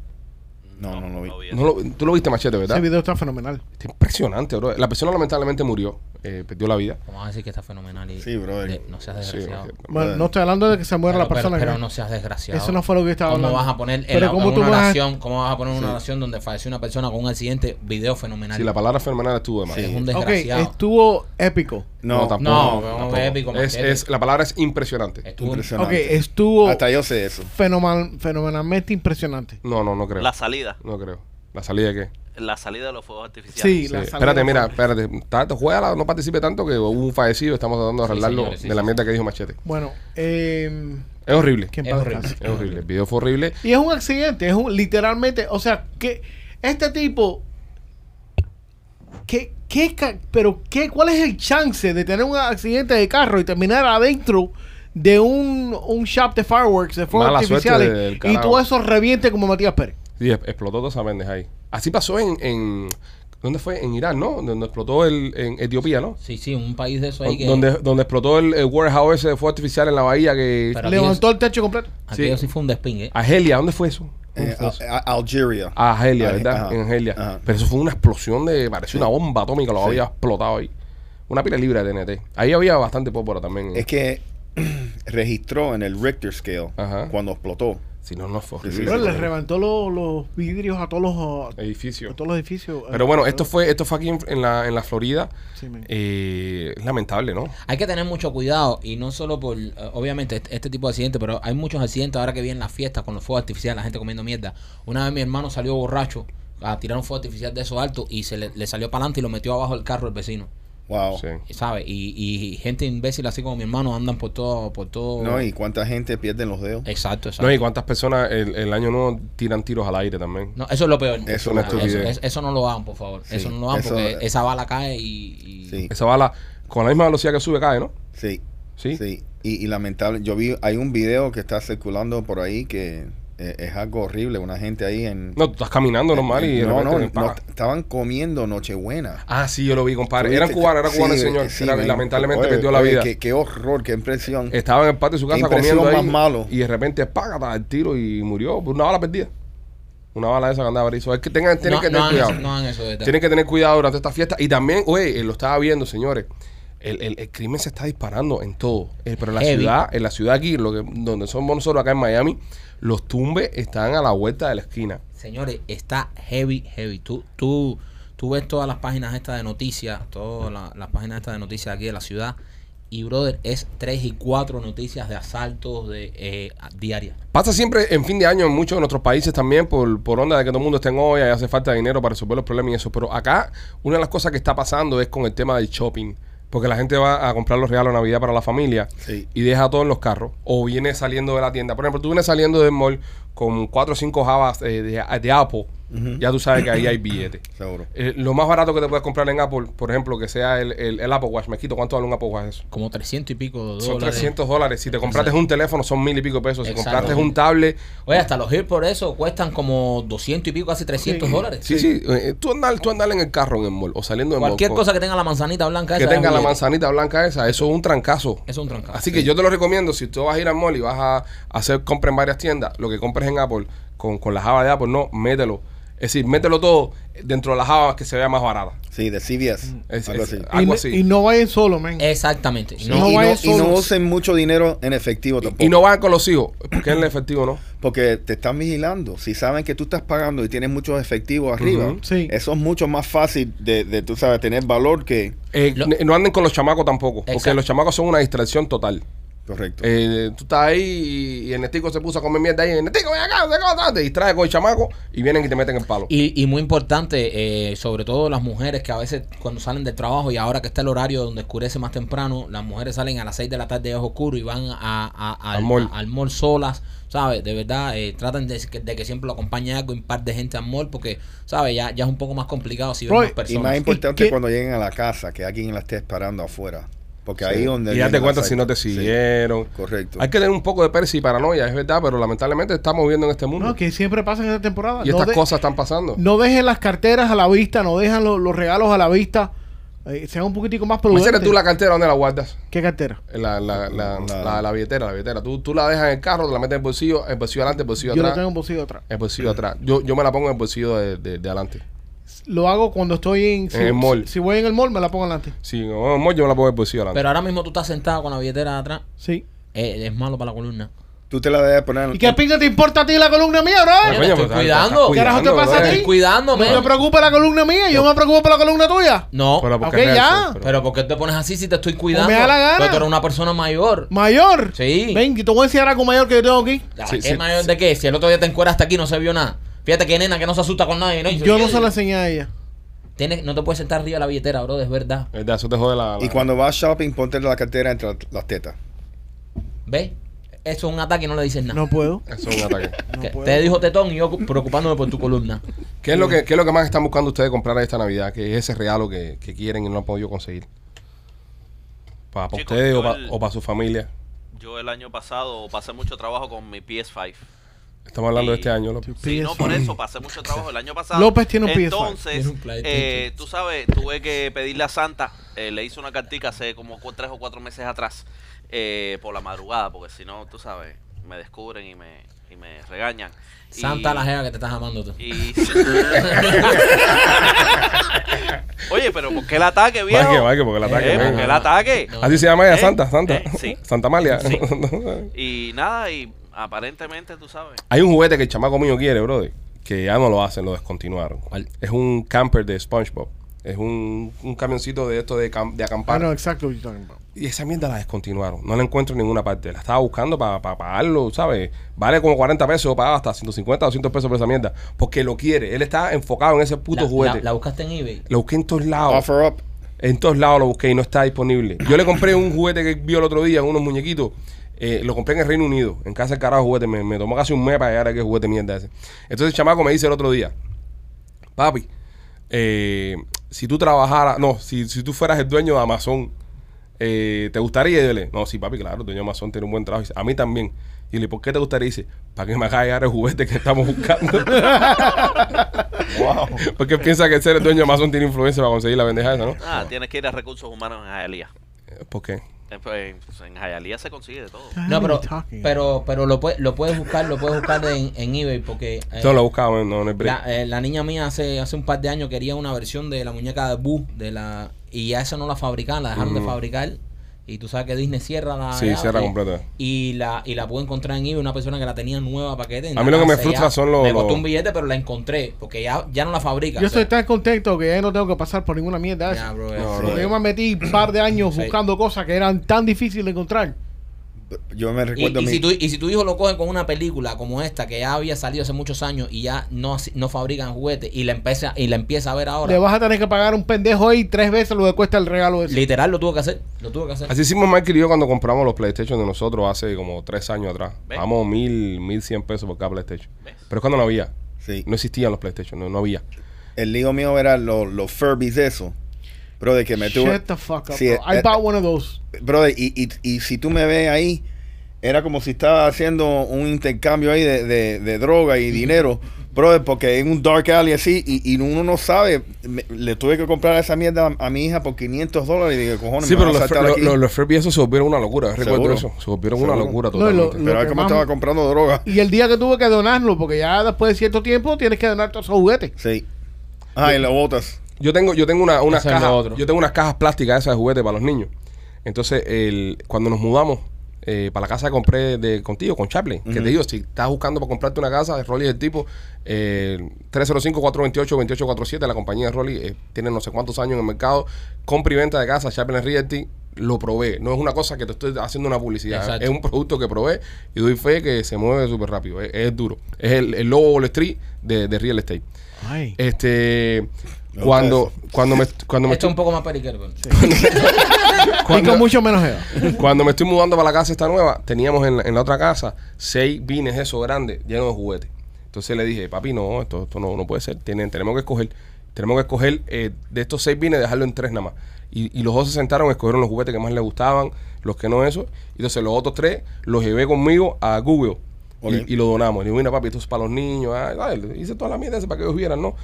No, no, no. vi.
No, bien.
No lo- tú lo viste, Machete, ¿verdad?
Ese video está fenomenal.
Está impresionante, bro. La persona lamentablemente murió, eh, perdió la vida.
Vamos a decir que está fenomenal. Y
Sí, brother.
de- no seas
Sí,
desgraciado.
eh,
Bueno, no estoy hablando de que se muera
pero,
la
pero-
persona. que-
pero no seas desgraciado.
Eso no fue lo que yo estaba
¿Cómo
hablando.
vas a poner en
Pero
la-
¿cómo
en
tú
una
vas a-
oración? ¿Cómo vas a poner una oración donde falleció una persona con un accidente? Video fenomenal.
Si la palabra fenomenal estuvo de más.
Sí.
Es un
Ok,
desgraciado.
estuvo épico.
No,
No,
tampoco.
no, no,
tampoco.
es épico.
Es-
Machete.
es- la palabra es impresionante.
Estuvo-
impresionante.
Ok, estuvo
Hasta yo sé eso.
fenomenal- fenomenalmente impresionante.
No, no, no creo.
La salida.
No creo. ¿La salida de qué?
La salida de los fuegos artificiales.
Sí,
Sí.
la salida
Espérate,
fue-
mira, espérate. Tanto, juega, no participe tanto que hubo un fallecido. Estamos tratando de
Sí,
arreglarlo
señores, sí,
de la
sí,
mierda que dijo Machete.
Bueno, eh,
Es horrible.
que en
Es
paz
horrible.
descanse.
Es horrible. El video fue horrible.
Y es un accidente, es un literalmente, o sea, que este tipo ¿qué, qué, ca- pero qué, ¿cuál es el chance de tener un accidente de carro y terminar adentro de un, un shop de fireworks de fuegos
Mala suerte del
artificiales y
carajo.
todo eso reviente como Matías Pérez?
Sí, es- explotó toda esa pendeja ahí. Así pasó en, en- ¿Dónde fue? En Irán, ¿no? Donde explotó el, en Etiopía, ¿no?
Sí, sí, un país de eso ahí que.
Donde, donde explotó el, el warehouse ese de fuego artificial en la bahía que...
Pero aquello-
Levantó el techo completo.
Aquello
sí. Ah,
sí fue un despingue.
Argelia, ¿dónde fue eso? ¿Dónde
Eh,
fue eso?
a- a- Algeria.
A Argelia,
Arge-
¿verdad?
ajá,
en Argelia.
Ah, ajá.
Pero eso fue una explosión de. Pareció una bomba atómica, lo
Sí.
había explotado ahí. Una pila libre de TNT. Ahí había bastante pólvora también.
Es que registró en el Richter scale
Ajá.
cuando explotó.
Si no, no fue
Sí,
horrible.
Pero
sí,
les
sí.
levantó los, los vidrios a todos los, a
Edificio.
todos los edificios. eh,
Pero bueno, esto fue, esto fue aquí en, en la, en la Florida.
Sí, man.
Eh, es lamentable, ¿no?
Hay que tener mucho cuidado y no solo por, eh, obviamente, este, este tipo de accidentes, pero hay muchos accidentes ahora que vienen las fiestas con los fuegos artificiales, la gente comiendo mierda. Una vez mi hermano salió borracho a tirar un fuego artificial de esos altos y se le, le salió para adelante y lo metió abajo del carro el vecino.
Wow.
Sí.
¿Sabes? Y, y gente imbécil así como mi hermano andan por todo, por todo.
No, y cuánta gente pierden los dedos.
Exacto, exacto.
No, y cuántas personas el, el año nuevo tiran tiros al aire también.
No, eso es lo peor.
Es una
eso,
estupidez.
es- eso no lo hagan, por favor.
Sí,
eso no lo hagan
eso-
porque esa bala cae y. y-
Sí,
Esa bala, con la misma velocidad que sube, cae, ¿no?
sí,
Sí.
sí. Y, y lamentable, yo vi, hay un video que está circulando por ahí que eh, es algo horrible. Una gente ahí en...
No, tú estás caminando normal y de
Eh, no,
repente
no,
te
no,
paga.
estaban comiendo Nochebuena.
Ah, sí, yo lo vi, compadre. Era
Tuviste-
cubano, era cubano el
sí,
señor.
sí,
Era-
men.
lamentablemente
Oye,
perdió la
oye,
vida.
Qué, qué horror, qué impresión.
Estaba en el patio de su
Qué
casa
impresión
comiendo ahí.
más malo.
Y de repente, paga el tiro y murió por una bala perdida. Una bala de esa que andaba erizo. Es que tengan, tienen
No,
que tener
no hagan
cuidado.
eso, no hagan eso de verdad.
tienen que tener cuidado durante esta fiesta. Y también, oye, eh, lo estaba viendo, señores. El, el- el crimen se está disparando en todo. Eh, pero en la
Heavy.
ciudad, en la ciudad aquí, lo que, donde somos nosotros acá en Miami, los tumbes están a la vuelta de la esquina.
Señores, está heavy, heavy. Tú, tú, tú ves todas las páginas estas de noticias, todas la- las páginas estas de noticias aquí de la ciudad. Y, brother, es tres y cuatro noticias de asaltos de eh, diarias.
Pasa siempre en fin de año en muchos de nuestros países también por, por onda de que todo el mundo está en olla y hace falta dinero para resolver los problemas y eso. Pero acá una de las cosas que está pasando es con el tema del shopping. Porque la gente va a comprar los regalos de Navidad para la familia
Sí.
y deja todo en los carros. O viene saliendo de la tienda. Por ejemplo, tú vienes saliendo del mall con cuatro o cinco jabas eh, de, de Apple. Ya tú sabes que ahí hay billetes.
Seguro.
Eh, lo más barato que te puedes comprar en Apple, por ejemplo, que sea el, el, el Apple Watch. Me quito, ¿cuánto vale un Apple Watch eso?
Como 300 y pico de
Son
dólares.
300 dólares. Si te compraste un teléfono, son mil y pico pesos. Si
Exacto.
compraste un tablet,
Oye, hasta los Hits por eso cuestan como 200 y pico, casi 300
Sí.
dólares.
Sí, sí. eh, Tú andar, tú andar en el carro en el mall o saliendo del mall.
Cualquier
con-
cosa que tenga la manzanita blanca
que
esa es
tenga la
billete.
manzanita blanca esa, eso es un trancazo.
Es un trancazo.
Así que yo te lo recomiendo, si tú vas a ir al mall y vas a hacer compras en varias tiendas, lo que compres en Apple, con, con la java de Apple, no, mételo. Es decir, mételo todo dentro de la java que se vea más barata.
Sí, de CVS.
Mm, Es-
algo
es- ah,
así.
y,
algo
no-
así.
y no vayan solo, man.
Eh, Exactamente.
Y
No,
no
y no,
vayan
y no
solos.
usen mucho dinero en efectivo tampoco.
Y no van con los hijos, porque es el efectivo, ¿no?
Porque te están vigilando. Si saben que tú estás pagando y tienes muchos efectivos arriba,
Ujú.
Sí.
eso es mucho más fácil de, de, tú sabes, tener valor que...
Eh,
Lo-
ne- no anden con los chamacos tampoco, porque
Exacto.
los chamacos son una distracción total.
Correcto.
Eh, tú estás ahí y, y el netico se puso a comer mierda ahí. El netico, ven acá, no sé cómo", te distrae con el chamaco y vienen y te meten el palo.
Y, y muy importante, eh, sobre todo las mujeres que a veces cuando salen del trabajo y ahora que está el horario donde oscurece más temprano, las mujeres salen a las 6 de la tarde de ojo oscuro y van a, a- a-
Al mall.
a- al mall solas, ¿sabes? De verdad, eh, tratan de, que- de que siempre lo acompañe algo, un par de gente al mall porque, ¿sabes? Ya, ya es un poco más complicado si ven
Roy,
más
y
personas.
más importante
¿Y qué-
cuando lleguen a la casa, que alguien la esté esperando afuera. Porque ahí
Sí.
es donde...
y ya
viene
te
la
cuentas si
saca.
no te
Sí,
siguieron.
Correcto.
Hay que tener un poco de persi y paranoia, es verdad, pero lamentablemente estamos viviendo en este mundo.
No, que siempre pasan en esta temporada.
Y
no
estas
de-
cosas están pasando.
No dejen las carteras a la vista, no dejan lo- los regalos a la vista. Eh, sean un poquitico más
¿Me
prudentes.
tú la cartera dónde la guardas?
¿Qué cartera?
La, la, la,
La-
la- la billetera, la billetera. Tú, tú la dejas en el carro, te la metes en el bolsillo, el bolsillo adelante, el bolsillo
Yo la
atrás.
tengo en bolsillo atrás.
El bolsillo atrás. Yo, yo me la pongo en el bolsillo de, de- de adelante.
Lo hago cuando estoy en. Si,
En el mall.
si voy en el mall, me la pongo adelante.
Si no, amor, yo me la pongo en el bolsillo adelante.
Pero ahora mismo tú estás sentado con la billetera atrás,
Sí.
eh, es malo para la columna.
Tú te la debes poner...
¿Y qué pinga te importa a ti la columna mía,
Pero,
bro?
Coño, te estoy
pues,
cuidando.
estás
¿Qué carajo te pasa a
brother.
ti?
Estoy cuidando,
No me
man.
preocupa la columna mía, yo me preocupo por la columna tuya.
No,
Pero
pero,
porque
Ok,
es
ya.
real, pero-
¿por qué te pones así si te estoy cuidando?
da la gana.
Pero tú eres una persona mayor.
Mayor.
Sí.
Ven, que te voy a enseñar algo mayor que yo tengo aquí.
Ah,
Sí,
¿Qué
sí,
mayor de qué? Si el otro día te encueras hasta aquí no se vio nada. Fíjate que nena que no se asusta con nadie. ¿no?
Yo no se la enseñé a ella.
Tienes- no te puedes sentar arriba de la billetera, bro, es verdad.
Verdad, Eso te jode la. la-
Y cuando vas shopping, ponte la cartera entre las tetas.
¿Ves? Eso es un ataque y no le dices nada.
No puedo.
Eso es un ataque.
Que- te dijo tetón y yo preocupándome por tu columna.
¿Qué es, lo que, ¿Qué es lo que más están buscando ustedes comprar esta Navidad? ¿Qué es ese regalo que, que quieren y no han podido conseguir? ¿Para, para
Chicos,
ustedes
yo
o para,
el-
o para su familia?
Yo el año pasado pasé mucho trabajo con mi PS5.
Estamos hablando de
Y-
este año, López.
Sí, no, por eso pasé mucho trabajo el año pasado.
López tiene un PS5.
Entonces,
Tiene un PlayStation.
eh, tú sabes, tuve que pedirle a Santa, eh, le hice una cartica hace como cu- tres o cuatro meses atrás, eh, por la madrugada, porque si no, tú sabes, me descubren y me, y me regañan. Y-
Santa la jeva que te estás amando tú.
y- Oye, pero ¿por qué el ataque, viejo?
Vaya, vaya, porque el ataque.
Eh, ¿Por
venga.
qué el ataque?
No.
Así se llama ella,
Eh,
Santa, Santa.
eh, sí.
Santa Malia.
Sí. Y nada, y Aparentemente, tú sabes.
Hay un juguete que el chamaco mío quiere, brother, que ya no lo hacen, lo descontinuaron.
¿Cuál?
Es un camper de SpongeBob. Es un, un camioncito de esto de, cam- de
Ah,
acampar.
no, exacto. what you're talking about.
Y esa mierda la descontinuaron. No la encuentro en ninguna parte. La estaba buscando para pagarlo, ¿sabes? Vale como 40 pesos. Yo pagaba hasta 150, 200 pesos por esa mierda. Porque lo quiere. Él está enfocado en ese puto
La-
juguete.
La, la buscaste en eBay.
Lo busqué en todos lados.
Offer up.
En todos lados lo busqué y no está disponible. Yo le compré un juguete que vio el otro día, unos muñequitos. Eh, lo compré en el Reino Unido, en casa del carajo juguete. Me, me tomó casi un mes para llegar a qué juguete mierda ese. Entonces el chamaco me dice el otro día, papi, eh, si tú trabajaras, no, si, si tú fueras el dueño de Amazon, eh, ¿te gustaría? Y yo le, no, sí, papi, claro, el dueño de Amazon tiene un buen trabajo. Y dice, a mí también. Y le, ¿por qué te gustaría? Y dice, para que me haga llegar el juguete que estamos buscando.
Wow.
Porque piensa que ser el dueño de Amazon tiene influencia para conseguir la bendeja esa, ¿no?
Ah, tienes que ir a recursos humanos en Hialeah.
¿Por qué?
Eh, pues, En Hialeah se consigue de todo.
No, pero,
What are you talking about?
pero, pero lo, puedes, lo puedes buscar, lo puedes buscar en, en eBay porque eh,
Yo no lo buscaba, no, no, no es break.
la, eh, la niña mía hace, hace un par de años quería una versión de la muñeca de Boo de la y ya esa no la fabricaban, la dejaron de
Mm.
fabricar y tú sabes que Disney cierra la
Sí,
ah, ya,
cierra
ok.
completa.
y la y la pude encontrar en eBay una persona que la tenía nueva paquete. en
A
la
mí lo que me
casa,
frustra
ya.
son los-
me costó
los-
un billete pero la encontré porque ya ya no la fabrica.
Yo
o sea,
estoy tan contento que ya no tengo que pasar por ninguna
ya,
mierda. esa.
bro,
No,
sí.
bro.
Porque yo me metí un par de años
Sí.
buscando cosas que eran tan difíciles de encontrar.
Yo me
Y,
recuerdo
y
mi-
si tu, y si tu hijo lo coge con una película como esta que ya había salido hace muchos años y ya no, hace- no fabrican juguetes y la empieza y la empieza a ver ahora,
Le vas a tener que pagar un pendejo ahí tres veces lo que cuesta el regalo ese.
literal lo tuvo que hacer, lo tuvo que hacer.
Así hicimos Mike y yo cuando compramos los PlayStation de nosotros hace como tres años atrás.
¿Ves?
Pagamos mil, mil cien pesos por cada PlayStation.
¿Ves?
Pero es cuando no había.
Sí.
No existían los PlayStation, no, no había.
El lío mío era lo- los Furbies, eso. Bro, de que me tuve.
Shut the fuck up.
Sí,
bro. I
eh,
bought one of those.
Brother, y, y, y si tú me ves ahí, era como si estaba haciendo un intercambio ahí de, de- de droga y dinero. Brother, porque en un dark alley así, y, y uno no sabe, me- le tuve que comprar esa mierda a, a mi hija por 500 dólares. Y dije, cojones,
Sí,
me
pero
van a
los,
saltar
Fur-
aquí.
lo- los Furby esos se volvieron una locura. yo Recuerdo
Seguro.
eso. Se volvieron una
Seguro.
locura
No, y lo-
totalmente.
pero
lo
es
que
como
más-
estaba comprando droga.
Y el día que tuve que donarlo, porque ya después de cierto tiempo tienes que donar todos esos juguetes.
Sí. Ay, lo botas.
Yo tengo, yo tengo una, unas
Eso es lo
cajas,
otro.
yo tengo unas cajas plásticas esas de juguete para los niños. Entonces, el, cuando nos mudamos eh, para la casa que compré de, contigo, con Chaplin, que
Ujú.
te digo, si estás buscando para comprarte una casa, Rolly es el tipo, eh, 305-428-2847, la compañía de Rolly eh, tiene no sé cuántos años en el mercado, compra y venta de casa, Chaplin Realty, lo probé. No es una cosa que te estoy haciendo una publicidad,
Exacto.
es un producto que probé y doy fe que se mueve súper rápido, es, es duro. Es el, el lobo Wall Street de, de real estate.
Ay.
Este.
Me gusta
Cuando,
eso.
cuando me, cuando me
Esto
estoy,
es un poco más periquero. pero-
Y con
cuando,
mucho menos edad.
cuando me estoy mudando para la casa esta nueva, teníamos en, la- en la otra casa seis bines esos grandes llenos de juguetes. Entonces le dije, papi, no, esto, esto no, no puede ser. Tienen, tenemos que escoger, tenemos que escoger eh, de estos seis bines, dejarlo en tres nada más. Y, y los dos se sentaron, escogieron los juguetes que más les gustaban, los que no eso. Entonces los otros tres los llevé conmigo a Google.
Ok.
Y, y lo donamos. Digo, mira, papi, esto es para los niños. ah, ah, le hice toda la mierda esa para que ellos vieran, ¿no?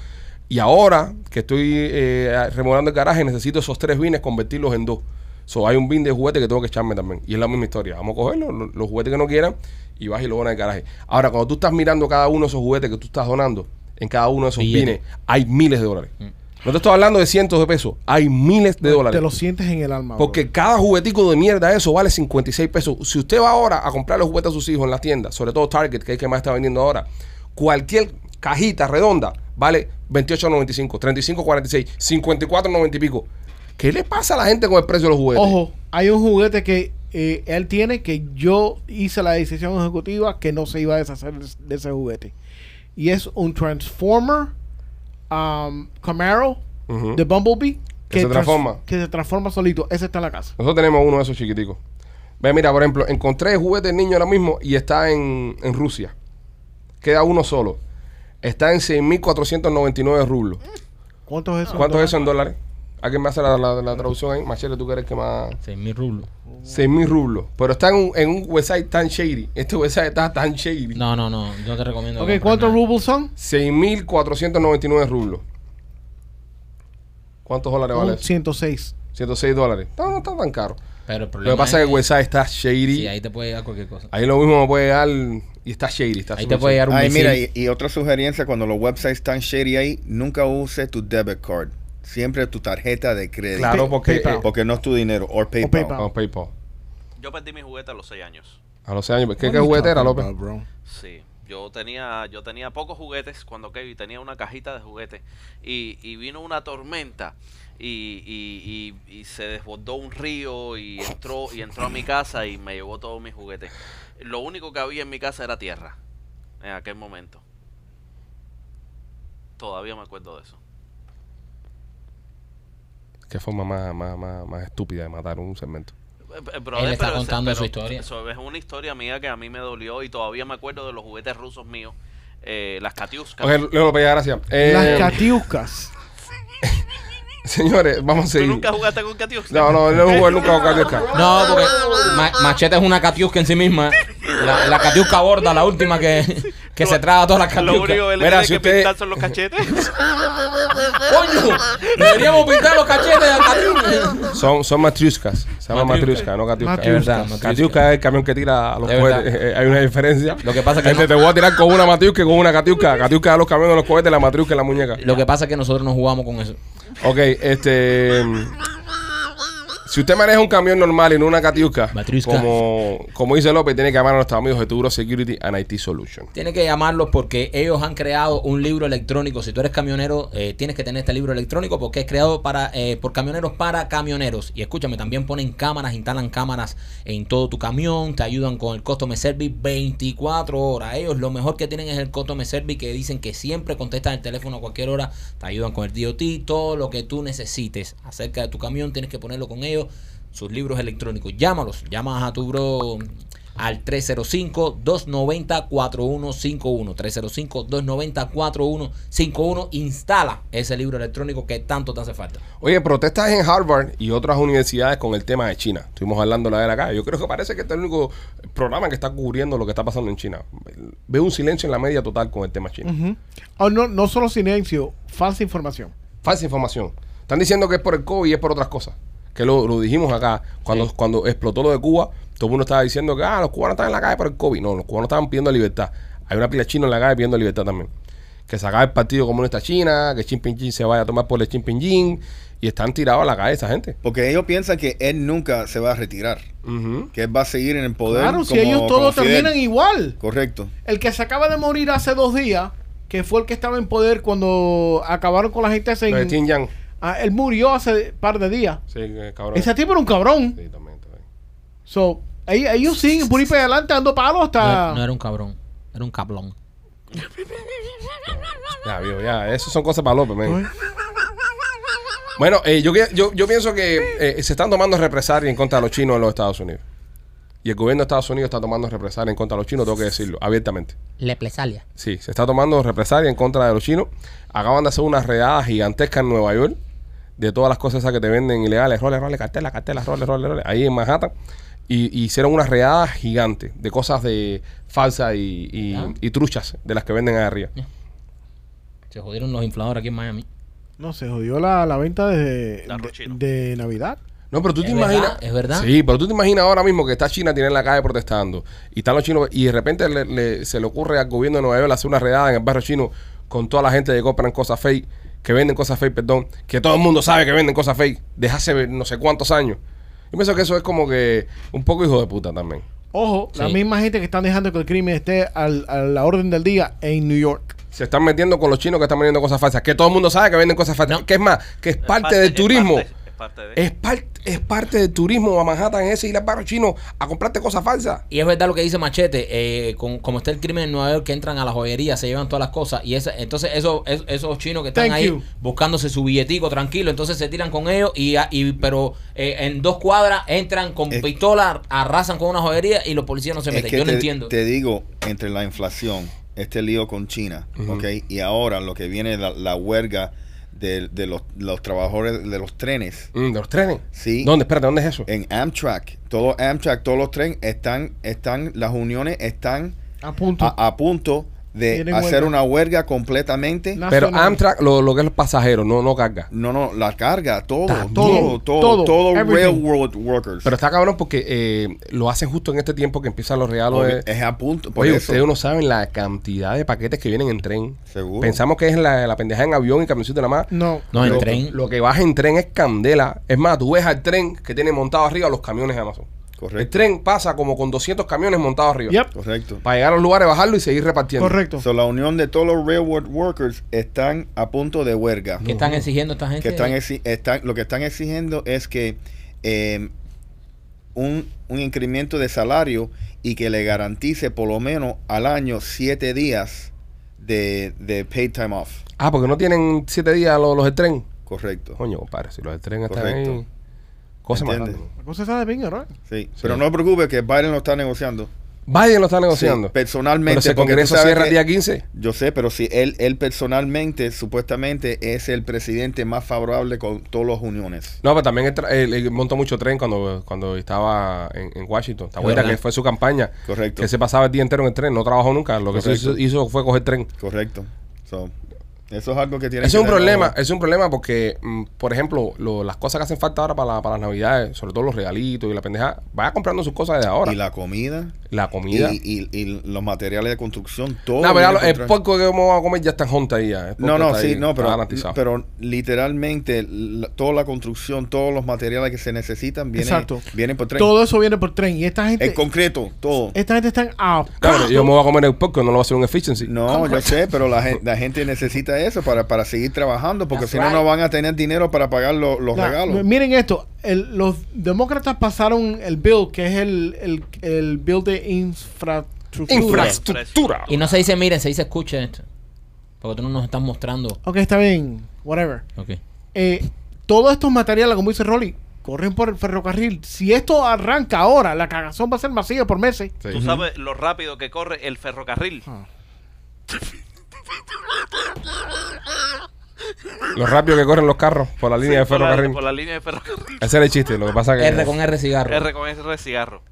Y ahora que estoy eh, remodelando el garaje, necesito esos tres bines convertirlos en dos. So, hay un bin de juguete que tengo que echarme también. Y es la misma historia. Vamos a cogerlos, lo- los, juguetes que no quieran, y vas y lo donas en el garaje. Ahora, cuando tú estás mirando cada uno de esos juguetes que tú estás donando, en cada uno de esos
Billete.
bines, hay miles de dólares. No te estoy hablando de cientos de pesos, hay miles de dólares.
Mm. Te lo sientes en el alma. bro.
Porque cada juguetico de mierda eso vale 56 pesos. Si usted va ahora a comprar los juguetes a sus hijos en las tiendas, sobre todo Target, que es el que más está vendiendo ahora, cualquier cajita redonda vale 28.95, 35.46, 54.90 y pico. ¿Qué le pasa a la gente con el precio de los juguetes?
Ojo, hay un juguete que eh, él tiene que yo hice la decisión ejecutiva que no se iba a deshacer de ese juguete. Y es un Transformer um, Camaro
Ujú.
de Bumblebee.
Que se
trans-
transforma.
Que se transforma solito. Ese está en la casa.
Nosotros tenemos uno de esos chiquiticos. Ve, mira, por ejemplo, encontré el juguete del niño ahora mismo y está en, en Rusia. Queda uno solo. Está en 6.499 rublos.
¿Cuánto es eso?
¿Cuánto es eso en dólares? ¿Alguien me hace la, la- la traducción ahí? Machete, tú que eres el que más...
6.000 rublos.
6 mil rublos. Pero está en un, en un website tan shady. Este website está tan shady.
No, no, no, yo no te recomiendo.
Ok,
comprar
¿cuántos
nada.
rubles son?
6.499 rublos. ¿Cuántos dólares vale
Son
eso?
106.
106 dólares. No, no está tan caro.
Pero el
Lo
problema
que pasa es que el Ah,
güey,
website está shady.
sí, ahí
ahí,
te puede llegar cualquier cosa.
lo mismo me puede dar. Y está shady. Está
Ahí te
súper
puede
shady.
llegar un
Ay,
misil.
mira, y, y otra sugerencia, cuando los websites están shady ahí, nunca use tu debit card. Siempre tu tarjeta de crédito.
Claro,
Pay-
porque.
PayPal.
eh,
Porque no es tu dinero. O PayPal.
PayPal.
oh, PayPal.
Yo perdí mi juguete a los 6 años.
A los 11 años. ¿Qué, qué juguete era, López?
Sí, yo tenía, yo tenía pocos juguetes cuando Kevin tenía una cajita de juguetes y, y vino una tormenta y, y- y- y se desbordó un río y entró y entró a mi casa y me llevó todos mis juguetes. Lo único que había en mi casa era tierra en aquel momento. Todavía me acuerdo de eso.
Qué forma más, más, más, más estúpida de matar un segmento.
Eh, eh, brother,
Él está
pero ese-
contando
pero
su historia.
Eso es una historia mía que a mí me dolió y todavía me acuerdo de los juguetes rusos míos, eh, las Katiuskas.
Ok, Leo López, ya, gracias. Eh,
Las catiuscas.
señores, vamos a
¿Tú
seguir.
nunca jugaste con Katiuska?
No, no, no jugué nunca con Katiuska.
No, porque Ma- Machete es una catiusca en sí misma. La, la catiusca gorda, la última que, que se traga todas las
Lo único
catiuscas.
que le
Mira,
tiene
si
que
usted-
pintar son los cachetes.
¡Coño! Deberíamos pintar los cachetes de la catiusca.
Son, son matriuscas. Se llama matriusca,
Matriusca.
no Katiuska.
Matriusca.
Es verdad, matriusca.
Katiuska es el camión que tira a los
Es
cohetes.
verdad.
Eh, eh, Hay una diferencia.
Lo que pasa que
Este,
no-
te voy a tirar con una matriusca y con una Katiuska. Katiuska da los camiones de los cohetes, la matriusca es la muñeca.
Lo que pasa es que nosotros no jugamos con eso.
Ok, este. mm, Si usted maneja un camión normal y no una Katiuska,
Matriusca.
como, como dice López, tiene que llamar a nuestros amigos de Turo Security and IT Solution.
Tiene que llamarlos porque ellos han creado un libro electrónico. Si tú eres camionero, eh, tienes que tener este libro electrónico porque es creado para eh, por camioneros para camioneros. Y escúchame, también ponen cámaras, instalan cámaras en todo tu camión, te ayudan con el customer service 24 horas. Ellos lo mejor que tienen es el customer service que dicen que siempre contestan el teléfono a cualquier hora, te ayudan con el DOT, todo lo que tú necesites acerca de tu camión, tienes que ponerlo con ellos sus libros electrónicos. Llámalos, llamas a tu bro al 305-290-4151. 305-290-4151. Instala ese libro electrónico que tanto te hace falta.
Oye, protestas en Harvard y otras universidades con el tema de China. Estuvimos hablando la de acá. Yo creo que parece que este es el único programa que está cubriendo lo que está pasando en China. Veo un silencio en la media total con el tema China.
Ujú. Oh, no, no solo silencio, falsa información.
Falsa información. Están diciendo que es por el COVID y es por otras cosas. Que lo, lo dijimos acá. Cuando, cuando explotó lo de Cuba, todo el mundo estaba diciendo que ah, los cubanos están en la calle por el COVID. No, los cubanos estaban pidiendo libertad. Hay una pila de chinos en la calle pidiendo libertad también. Que se acabe el Partido Comunista China, que Xi Jinping se vaya a tomar por el Xi Jinping. Y están tirados a la calle esa gente.
Porque ellos piensan que él nunca se va a retirar,
Ujú.
que él va a seguir en el poder.
Claro, si
como-
ellos
como
todos
Fidel.
terminan igual.
Correcto.
El que se acaba de morir hace dos días, que fue el que estaba en poder cuando acabaron con la gente
Lo de
en...
Xinjiang.
Ah, él murió hace par de días.
Sí, eh, cabrón.
Ese tipo era un cabrón.
Sí, también, también.
So, ahí- ellos siguen por ahí para adelante dando palos hasta...
No, no era un cabrón, era un cablón.
Ya, viejo, ya. Eso son cosas para López, men. Bueno, eh, yo, que- yo, yo pienso que eh, se están tomando represalias en contra de los chinos en los Estados Unidos. Y el gobierno de Estados Unidos está tomando represalias en contra de los chinos, tengo que decirlo, abiertamente.
Leplesalia.
Sí, se está tomando represalias en contra de los chinos. Acaban de hacer unas redadas gigantescas en Nueva York de todas las cosas esas que te venden ilegales, roles, roles, cartelas, cartelas, roles, roles, roles, ahí en Manhattan. Y, y hicieron unas redadas gigantes de cosas de falsas y, y-
¿Ah?
y truchas de las que venden ahí arriba.
Se jodieron los infladores aquí en Miami.
No, se jodió la, la venta de,
La
de-
Rochino.
de Navidad.
No, pero tú
Es
te
verdad,
imaginas.
es verdad.
Sí, pero tú te imaginas ahora mismo que está China tiene en la calle protestando y están los chinos y de repente le- le- se le ocurre al gobierno de Nueva York hacer una redada en el barrio chino con toda la gente que compran cosas fake, que venden cosas fake, perdón, que todo el mundo sabe que venden cosas fake desde hace no sé cuántos años. Yo pienso que eso es como que un poco hijo de puta también.
Ojo, la
Sí.
misma gente que están dejando que el crimen esté al- a la orden del día en New York.
Se están metiendo con los chinos que están vendiendo cosas falsas, que todo el mundo sabe que venden cosas falsas,
No.
que es más, que es parte,
Es
del
es
turismo.
parte- es parte de-
Es, par- es parte del turismo a Manhattan ese ir al barrio chino a comprarte cosas falsas.
Y es verdad lo que dice Machete, eh, con- como está el crimen en Nueva York, que entran a la joyería, se llevan todas las cosas. Y esa- entonces eso- es- esos chinos que están
Thank
ahí
you.
buscándose su billetico tranquilo, entonces se tiran con ellos, y, a- y pero eh, en dos cuadras entran con
Es-
pistola, arrasan con una joyería y los policías no se
Es
meten.
que
Yo
te,
no entiendo.
te digo, entre la inflación, este lío con China,
Ujú.
¿ok? Y ahora lo que viene la, la huelga de, de los, los trabajadores de los trenes,
Mm, de los trenes.
¿sí? Eh,
¿Dónde? Espérate, ¿dónde es eso?
En Amtrak, todo Amtrak, todos los trenes están, están, las uniones están
A punto.
a, a punto de
Tienen
hacer
huelga.
una huelga completamente.
No.
Pero
Nacional.
Amtrak, lo, lo que es los pasajeros, no, no carga.
No, no, la carga, todo,
También.
todo,
Todo,
todo, todo,
everything.
railroad workers.
Pero está cabrón porque eh, lo hacen justo en este tiempo que empiezan los regalos.
Obvi-
de-
es a punto, por
Oye,
eso.
ustedes no saben la cantidad de paquetes que vienen en tren.
Seguro.
Pensamos que es la, la pendeja en avión y camioncito nada más.
no.
no, en
Lo-
tren.
Lo que baja en tren es candela. Es más, tú ves al tren que tiene montado arriba los camiones de Amazon. El
Correcto.
tren pasa como con 200 camiones montados arriba.
Yep.
Correcto.
Para llegar a los lugares, bajarlo y seguir repartiendo.
Correcto.
So, la unión de todos los railroad workers están a punto de huelga.
¿Qué están exigiendo esta gente?
que están exi- están- lo que están exigiendo es que eh, un, un incremento de salario y que le garantice por lo menos al año siete días de, de paid time off.
Ah, porque no tienen siete días los, los del tren.
Correcto.
Coño, compadre, si los del tren están
Correcto.
ahí. Cosa más
¿Entiendes?
grande.
La cosa está de pinga, ¿no?
Sí. Pero no te preocupes que Biden lo está negociando.
Biden lo está
Sí,
negociando. pero
personalmente.
ese
porque tú
congreso
sabes
cierra el
que-
día 15.
Yo sé, pero si él, él personalmente, supuestamente, es el presidente más favorable con todas las uniones.
No, pero también él, tra- él- él montó mucho tren cuando, cuando estaba en, en Washington. ¿Te acuerdas
verdad.
que fue su campaña?
Correcto.
Que se pasaba el día entero en el tren, no trabajó nunca. Lo que se
Correcto.
hizo, hizo fue coger tren.
Correcto. So, eso es algo que tiene
Ese es un problema, es un problema porque, mm, por ejemplo, lo- las cosas que hacen falta ahora para, la- para las navidades, sobre todo los regalitos y la pendeja, vaya comprando sus cosas desde ahora.
Y
la,
la comida.
comida.
Y, y- y los materiales de construcción, todo.
no, pero ya
viene
lo-
con
el
tra-
porco que vamos a comer ya está en junta ahí. ya. El porco
no, no,
está
sí,
ahí,
no,
está
pero,
garantizado.
pero literalmente la- toda la construcción, todos los materiales que se necesitan vienen,
Exacto.
vienen por tren.
Todo este eso viene por tren. Y esta gente.
El concreto, todo.
Esta gente está Ah. a.
Claro, yo me voy a comer el porco, no lo va a hacer un efficiency.
No, yo sé, pero la, gen- la gente necesita eso para, para seguir trabajando, porque
That's
si no, no
right.
van a tener dinero para pagar lo- los
La-
regalos.
Miren esto, el- los demócratas pasaron el bill, que es el, el, el bill de infraestructura.
Infraestructura.
Y no se dice miren, se dice escuchen esto. Porque tú no nos estás mostrando.
ok, está bien, whatever.
Ok.
Eh, todos estos materiales, como dice Rolly, corren por el ferrocarril. Si esto arranca ahora, la cagazón va a ser masiva por meses.
Sí.
Tú sabes lo rápido que corre el ferrocarril.
Ah. Lo rápido que corren los carros por la línea de
Sí, por la-
ferrocarril.
Por la línea de ferrocarril.
Ese era el chiste, lo que pasa que...
R con R cigarro.
R con R cigarro.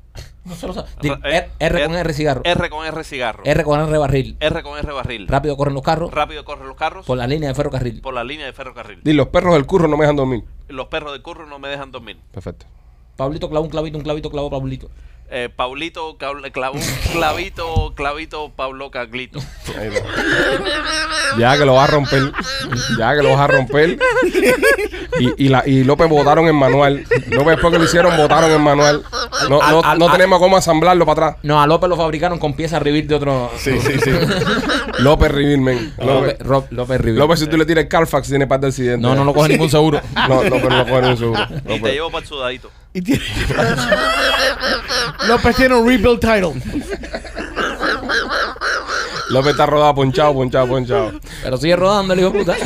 No se lo sabe. Di-
R-
R, R con R cigarro. R,
R con R cigarro.
con R barril.
R con R barril.
Rápido corren los carros
Rápido corren los carros
por la línea de ferrocarril.
por la línea de ferrocarril.
Di, los perros del curro no me dejan dormir.
Los perros de curro no me dejan dormir.
Perfecto.
Pablito clavó un clavito, un clavito clavó Pablito.
Eh, Paulito cabl- clavó un clavito, clavito, Pablo Caglito.
Ahí va. Ya que lo vas a romper. Ya que lo vas a romper. Y, y, la, y López votaron en manual. López después que lo hicieron, votaron en manual. No, no,
Al- al-
no
al-
tenemos cómo asamblarlo para atrás.
No, a López lo fabricaron con piezas Rivir de otro.
Sí, sí, sí.
López Rivil, men.
López,
López,
Ro- López Rivir.
López, si tú le tiras el Carfax, tiene parte de accidente.
No, no lo coge ningún seguro.
No, López no lo coge un seguro.
Y te llevo para el sudadito.
Y tiene- López tiene un rebuild title.
López está rodado, ponchado, ponchado, ponchado.
Pero sigue rodando el hijo de puta.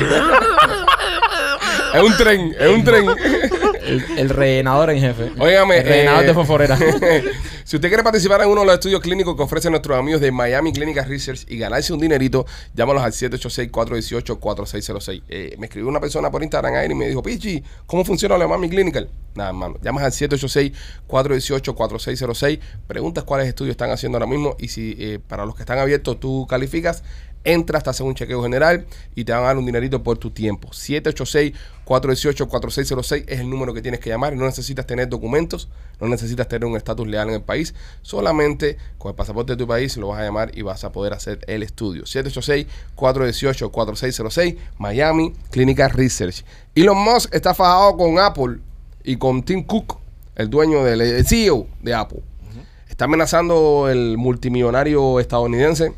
Es un tren, es un tren.
El, el rellenador en jefe.
Óigame,
El rellenador
eh,
de fosforera.
si usted quiere participar en uno de los estudios clínicos que ofrecen nuestros amigos de Miami Clinical Research y ganarse un dinerito, llámalos al 786-418-4606. Eh, me escribió una persona por Instagram ayer y me dijo, Pichi, ¿cómo funciona la Miami Clinical? Nada, hermano. Llamas al 786-418-4606, preguntas cuáles estudios están haciendo ahora mismo y si eh, para los que están abiertos tú calificas, entras, te hacen un chequeo general y te van a dar un dinerito por tu tiempo. 786-418-4606 es el número que tienes que llamar. No necesitas tener documentos, no necesitas tener un estatus legal en el país. Solamente con el pasaporte de tu país lo vas a llamar y vas a poder hacer el estudio. 786-418-4606, Miami, Clínica Research. Elon Musk está fajado con Apple y con Tim Cook, el dueño del el CEO de Apple. Está amenazando el multimillonario estadounidense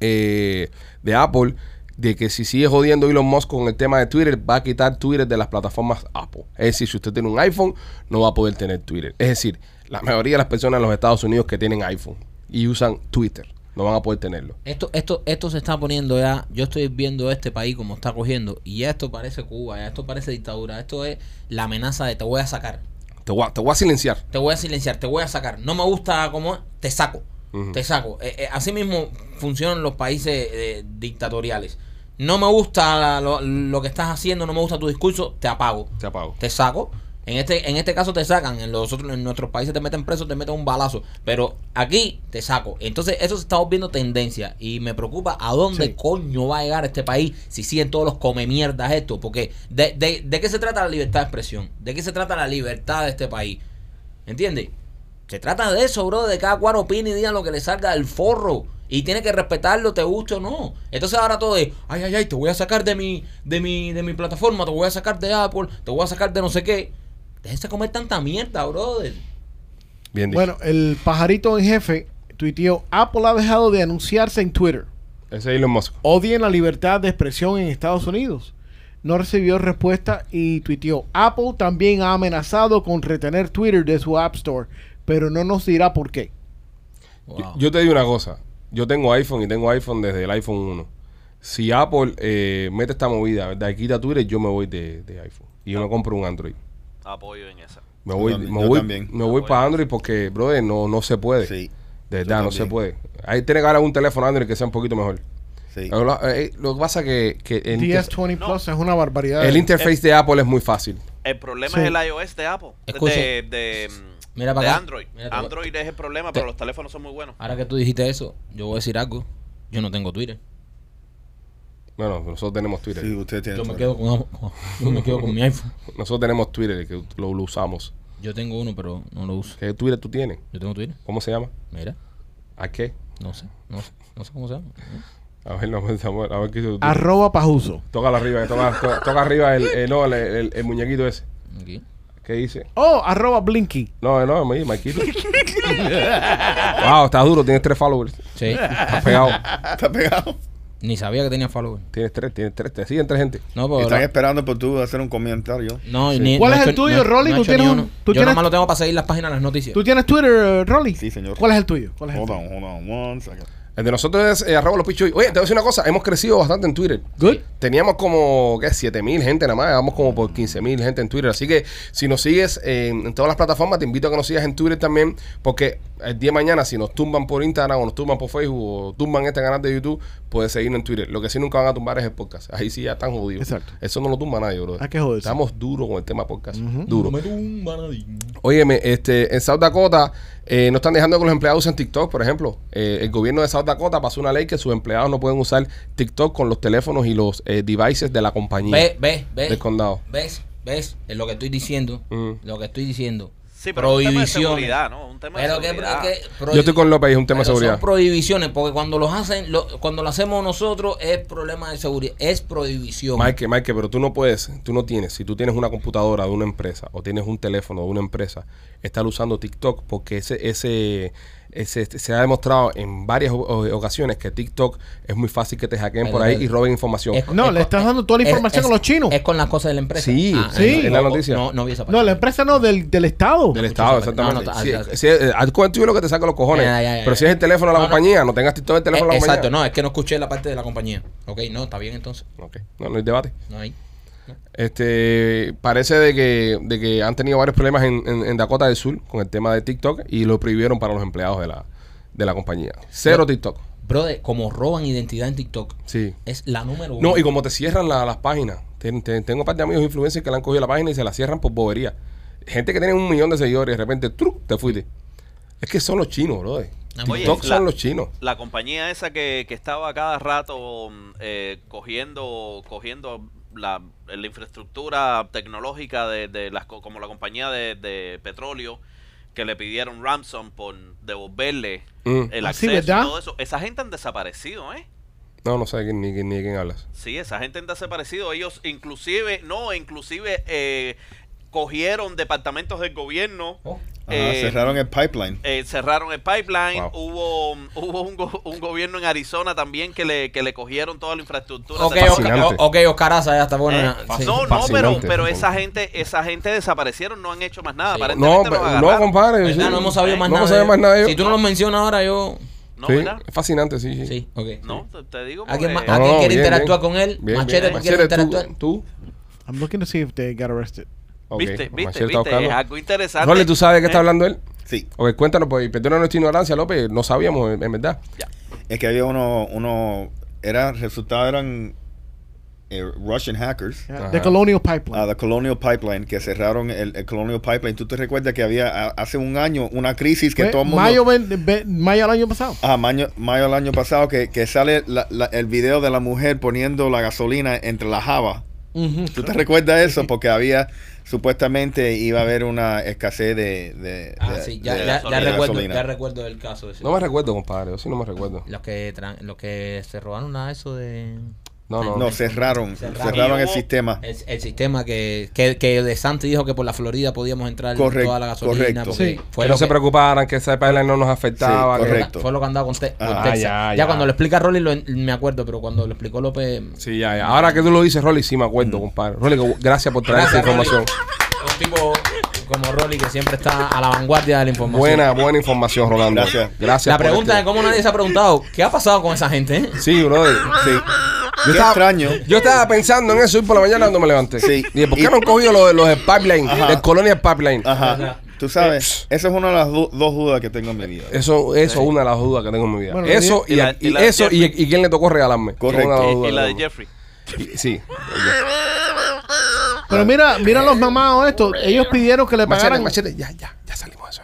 eh, de Apple de que si sigue jodiendo Elon Musk con el tema de Twitter, va a quitar Twitter de las plataformas Apple. Es decir, si usted tiene un iPhone, no va a poder tener Twitter. Es decir, la mayoría de las personas en los Estados Unidos que tienen iPhone y usan Twitter, no van a poder tenerlo.
Esto, esto, esto se está poniendo ya. Yo estoy viendo este país como está cogiendo. Y ya esto parece Cuba, ya esto parece dictadura. Esto es la amenaza de te voy a sacar.
Te voy a, te voy a silenciar.
te voy a silenciar, te voy a sacar. No me gusta cómo es, te saco.
Ujú.
Te saco. Eh, eh, así mismo funcionan los países eh, dictatoriales. No me gusta la- lo, lo que estás haciendo, no me gusta tu discurso, te apago.
Te apago.
Te saco. En este, en este caso te sacan, en los otros, en nuestros países te meten preso, te meten un balazo. Pero aquí te saco. Entonces, eso se está volviendo tendencia. Y me preocupa a dónde
Sí.
coño va a llegar este país si siguen todos los come mierdas esto. Porque, de, de, ¿de qué se trata la libertad de expresión? ¿De qué se trata la libertad de este país? ¿Entiendes? Se trata de eso, bro, de cada cual opine y diga lo que le salga del forro. Y tiene que respetarlo, te guste o no. Entonces ahora todo es, ay, ay, ay, te voy a sacar de mi, de mi, de mi plataforma, te voy a sacar de Apple, te voy a sacar de no sé qué. Déjense comer tanta mierda, brother.
Bien dicho.
Bueno, el pajarito en jefe tuiteó, Apple ha dejado de anunciarse en Twitter.
Ese es Elon Musk.
Odien la libertad de expresión en Estados Unidos. No recibió respuesta y tuiteó, Apple también ha amenazado con retener Twitter de su App Store, pero no nos dirá por qué.
Wow.
Yo, yo te digo una cosa. Yo tengo iPhone y tengo iPhone desde el iPhone 1. Si Apple eh, mete esta movida, ¿verdad? Y quita Twitter, yo me voy de, de iPhone. Y yo no compro un Android.
Apoyo en esa.
Me
Yo
voy,
también,
me
yo
voy,
también.
me voy para Android porque, brother, no, no se puede.
Sí.
De verdad,
Yo
no se
también.
puede. Ahí tiene que haber un teléfono Android que sea un poquito mejor.
Sí.
Pero Lo, eh, lo que pasa es que, que el, inter-
1020
No.
Plus es una barbaridad.
el interface de Apple es muy fácil.
El problema
Sí.
es el iOS de Apple. de-
Escuche.
De, de-
Mira pa'
de
acá.
Android.
Mira pa' acá.
Android es el problema,
Te-
pero los teléfonos son muy buenos.
Ahora que tú dijiste eso, yo voy a decir algo. Yo no tengo Twitter.
Bueno, nosotros tenemos Twitter.
Sí, usted tiene
Yo me quedo
razón.
con, con- yo me quedo con mi iPhone.
Nosotros tenemos Twitter que lo, lo usamos.
Yo tengo uno, pero no lo uso.
¿Qué Twitter tú tienes?
Yo tengo Twitter.
¿Cómo se llama?
Mira,
¿A qué?
no sé, no sé, no sé cómo se llama.
A ver, no, Samuel, a ver qué hizo tú.
Arroba pajuso.
Tócalo arriba, eh, toca, toca, toca arriba el, el, no, el, el- el muñequito ese.
Aquí.
¿Qué dice?
Oh, arroba Blinky.
No, no, mi- Maikito. wow, estás duro, tienes tres followers.
Sí,
Eh.
Estás pegado.
Está pegado.
ni sabía que tenía followers.
Tienes tres, tienes tres. Te siguen tres gente.
No, pero
Están
la-
esperando por tú hacer un comentario.
no, ni-
¿Cuál
no
es
he
el
hecho-
tuyo,
no-
Rolly?
no he
¿Tú
hecho
tienes
ni
un-
uno.
tú
Yo nada
tienes-
más lo tengo para seguir las páginas de las noticias.
¿Tú tienes Twitter, eh, Rolly?
Sí, señor.
¿Cuál es el tuyo? ¿Cuál es el
Hold
tuyo?
on, hold on, one second.
El de nosotros es eh, arroba los pichuy. Oye, te voy a decir una cosa, hemos crecido bastante en Twitter.
Good.
Teníamos como, ¿qué? 7 mil gente nada más, vamos como por 15 mil gente en Twitter. Así que si nos sigues eh, en todas las plataformas, te invito a que nos sigas en Twitter también, porque el día de mañana, si nos tumban por Instagram o nos tumban por Facebook o tumban este canal de YouTube, puedes seguirnos en Twitter. Lo que sí nunca van a tumbar es el podcast. Ahí sí ya están jodidos.
Exacto.
Eso no lo tumba nadie, bro.
Hay que joderse.
Estamos duros con el tema podcast.
Ujú.
Duro.
No me tumba nadie.
Óyeme, este, en South Dakota eh, no están dejando que los empleados usen TikTok, por ejemplo. Eh, el gobierno de South Dakota pasó una ley que sus empleados no pueden usar TikTok con los teléfonos y los eh, devices de la compañía
Ve, ve, ve.
del condado.
¿Ves? ¿Ves? Es lo que estoy diciendo.
Mm.
Lo que estoy diciendo.
Sí, pero es un tema de
Prohibiciones.
seguridad, ¿no? Un tema de
Pero que,
seguridad.
que-
Yo estoy con López, es un tema de
pero
seguridad.
Son prohibiciones, porque cuando los hacen, lo- cuando lo hacemos nosotros es problema de seguridad, es prohibición.
Mike, Mike, pero tú no puedes, tú no tienes, si tú tienes una computadora de una empresa o tienes un teléfono de una empresa, estar usando TikTok porque ese, ese, ese este, se ha demostrado en varias o- o- ocasiones que TikTok es muy fácil que te hackeen
Pero,
por ahí
pero,
y roben información.
Es-
No,
es
le
con-
estás dando toda la
es-
información
es-
a los chinos.
Es con las cosas de la empresa.
Sí,
sí.
no,
Es la
no,
noticia.
No, no vi esa parte.
No, la empresa no, del, del Estado.
Del
Mucho
Estado,
respeto.
exactamente.
No, no,
Sí,
ah, ah,
sí, eh, al cuento lo que te saca los cojones.
Ya, ya, ya,
pero
ya.
si es el teléfono de la
No, no.
compañía, no, tengas TikTok el teléfono
Eh,
de la
exacto,
compañía.
no, es que no escuché la parte de la compañía. Ok, no, está bien entonces.
Ok, no, no hay debate.
No hay.
Este, parece de que, de que han tenido varios problemas en, en- en Dakota del Sur con el tema de TikTok y lo prohibieron para los empleados de la, de la compañía. Cero
No.
TikTok.
Brother, como roban identidad en TikTok,
Sí.
es la número uno.
No, y como te cierran la- las páginas. Ten- ten- tengo un par de amigos influencers que le han cogido la página y se la cierran por bobería. Gente que tiene un millón de seguidores y de repente ¡truc! te fuiste. Es que son los chinos, brother.
Ah,
TikTok
oye,
la-
son los chinos.
La compañía esa que, que estaba cada rato mm, eh, cogiendo, cogiendo la, la infraestructura tecnológica de, de las co- como la compañía de, de petróleo que le pidieron ransom por devolverle
Mm.
el
Ah, sí,
acceso y
¿verdad?
todo eso. Esa gente han desaparecido, ¿eh?
No, no sé de quién- ni, ni de quién hablas.
Sí, esa gente han desaparecido. Ellos inclusive, no, inclusive eh, cogieron departamentos del gobierno.
Oh.
Ajá,
eh,
cerraron el pipeline.
eh, cerraron el pipeline,
Wow.
hubo, hubo un, go- un gobierno en Arizona también que le, que le cogieron toda la infraestructura.
Ok,
Se-
Fascinante.
Oscar- o- ok, Oscaraza, ya está bueno.
Eh,
ya, sí.
No, no, pero,
Fascinante.
pero esa gente esa gente desaparecieron, no han hecho más nada.
Sí.
No,
Aparentemente
pero-
los
no,
agarraron. Eh,
compadre.
¿Verdad?
sí.
No hemos sabido
Eh,
más
No
nada.
hemos sabido
de-
más nada de ellos.
Si tú no lo mencionas ahora, yo.
No,
Sí,
¿verdad?
es fascinante, sí, sí.
Sí, ok.
No, te, te digo. pues,
¿A quién
porque-
ma- a-
No, no,
quiere
bien,
interactuar
bien.
con él?
Bien,
Machete,
bien.
¿quiere
Machete,
interactuar?
¿Tú? tú.
I'm looking to see if they got arrested.
Ok,
Viste, viste,
Machete está
viste, es
buscando.
algo interesante.
Rolly, ¿tú sabes de qué está
Eh,
hablando él?
Sí.
Ok, cuéntanos, pues, perdona nuestra ignorancia, López, no sabíamos, en en verdad.
Es que había uno, uno, era, resultado eran eh, Russian hackers.
Yeah,
Ajá.
The Colonial
A
Pipeline.
The Colonial Pipeline, que cerraron el, el Colonial Pipeline. ¿Tú te recuerdas que había a- hace un año una crisis que
Fue
todo el mundo...
mayo, ven- ve- mayo del año pasado.
Ah, mayo, mayo del año pasado que, que sale la- la- el video de la mujer poniendo la gasolina entre la java.
Ujú.
¿Tú te recuerdas eso? Porque había, supuestamente iba a haber una escasez de... de-
Ah,
de-
sí, ya,
de-
ya,
de
ya recuerdo,
gasolina.
ya recuerdo del caso. Ese.
No me recuerdo, compadre, yo sí no me recuerdo.
Los que, tran- los que se robaron a eso de.
No, no.
No, cerraron.
Cerraron.
Cerraron,
Y
el
hubo-
sistema.
El, el sistema que, que, que de Santi dijo que por la Florida podíamos entrar
Correcto,
toda la gasolina.
correcto.
porque
Sí.
que no
lo
se
que-
preocuparan, que esa pipeline no nos afectaba.
Sí,
que-
correcto.
Fue lo que andaba con, te- con
Ah,
Texas.
ya,
Ya,
ya.
cuando lo explica Rolly lo en- me acuerdo, pero cuando lo explicó López.
Sí, ya, ya. Ahora que tú lo dices, Rolly, sí me acuerdo, compadre. Rolly, que- gracias por traer esa
Mm. Gracias, Rolly.
información.
Un tipo como Rolly que siempre está a la vanguardia de la información.
Buena, buena información, Rolando.
Gracias.
Gracias
La
por
pregunta es
este-
cómo nadie se ha preguntado, ¿qué ha pasado con esa gente? eh?
Sí, brother.
Sí. Qué
estaba-
extraño.
Yo estaba pensando en eso hoy por la mañana cuando me levanté.
Sí.
Dije, ¿por qué
Y-
no han cogido los, los del pipeline,
Ajá. Ah.
del Colonial Pipeline?
Ajá. Tú sabes, esa es una de las du- dos dudas que tengo en mi vida.
Eso eso es una de las dudas que tengo en mi vida.
Bueno,
eso y,
y- y la-
y
y la de
eso y,
Jeffrey.
y quién le tocó regalarme. Son
Correcto.
una de las
Y,
dudas
eh, y la
que
de
tengo.
Jeffrey.
Y- Sí.
Pero mira, mira los mamados estos. Ellos pidieron que le
Machete,
pagaran.
machete, ya, ya, ya salimos de eso.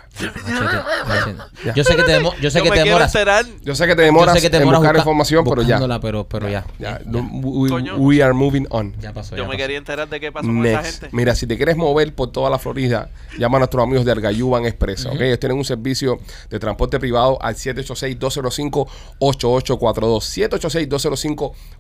Yo sé que te, demo- yo sé
Yo
que
me
te
quiero
demoras.
enterar.
Yo sé que te demoras,
yo sé que te
en
demoras
buscar
busca-
información, pero ya.
buscándola, pero, pero ya.
ya,
Ya,
no, we,
Coño.
we are moving on.
ya pasó.
Yo
ya
me
pasó.
quería enterar de qué pasó con
Next.
esa gente.
Mira, si te quieres mover por toda la Florida, llama a nuestros amigos de Argayuban Express. ¿ok? Ellos tienen un servicio de transporte privado al 786-205-8842.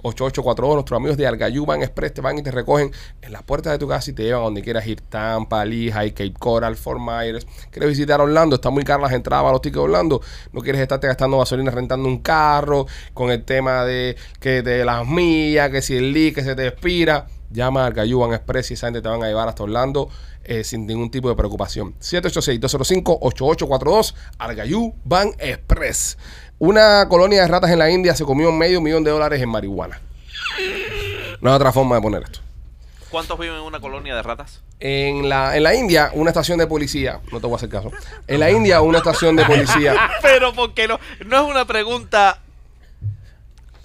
786-205-8842. Nuestros amigos de Argayuban Express te van y te recogen en las puertas de tu casa y te llevan a donde quieras ir. Tampa, Lehigh, Cape Coral, Fort Myers. ¿Quieres visitar Orlando? Está muy caras las entradas para los tickets de Orlando. No quieres estarte gastando gasolina rentando un carro con el tema de que de las millas, que si el leak que se te expira. Llama al Cayuban Express y esa gente te van a llevar hasta Orlando eh, sin ningún tipo de preocupación. 786-205-8842, Argayú Van Express. Una colonia de ratas en la India se comió medio millón de dólares en marihuana. No hay otra forma de poner esto.
¿Cuántos viven en una colonia de ratas?
En la, en la India, una estación de policía, no te voy a hacer caso. En la India, una estación de policía.
Pero porque no, no es una pregunta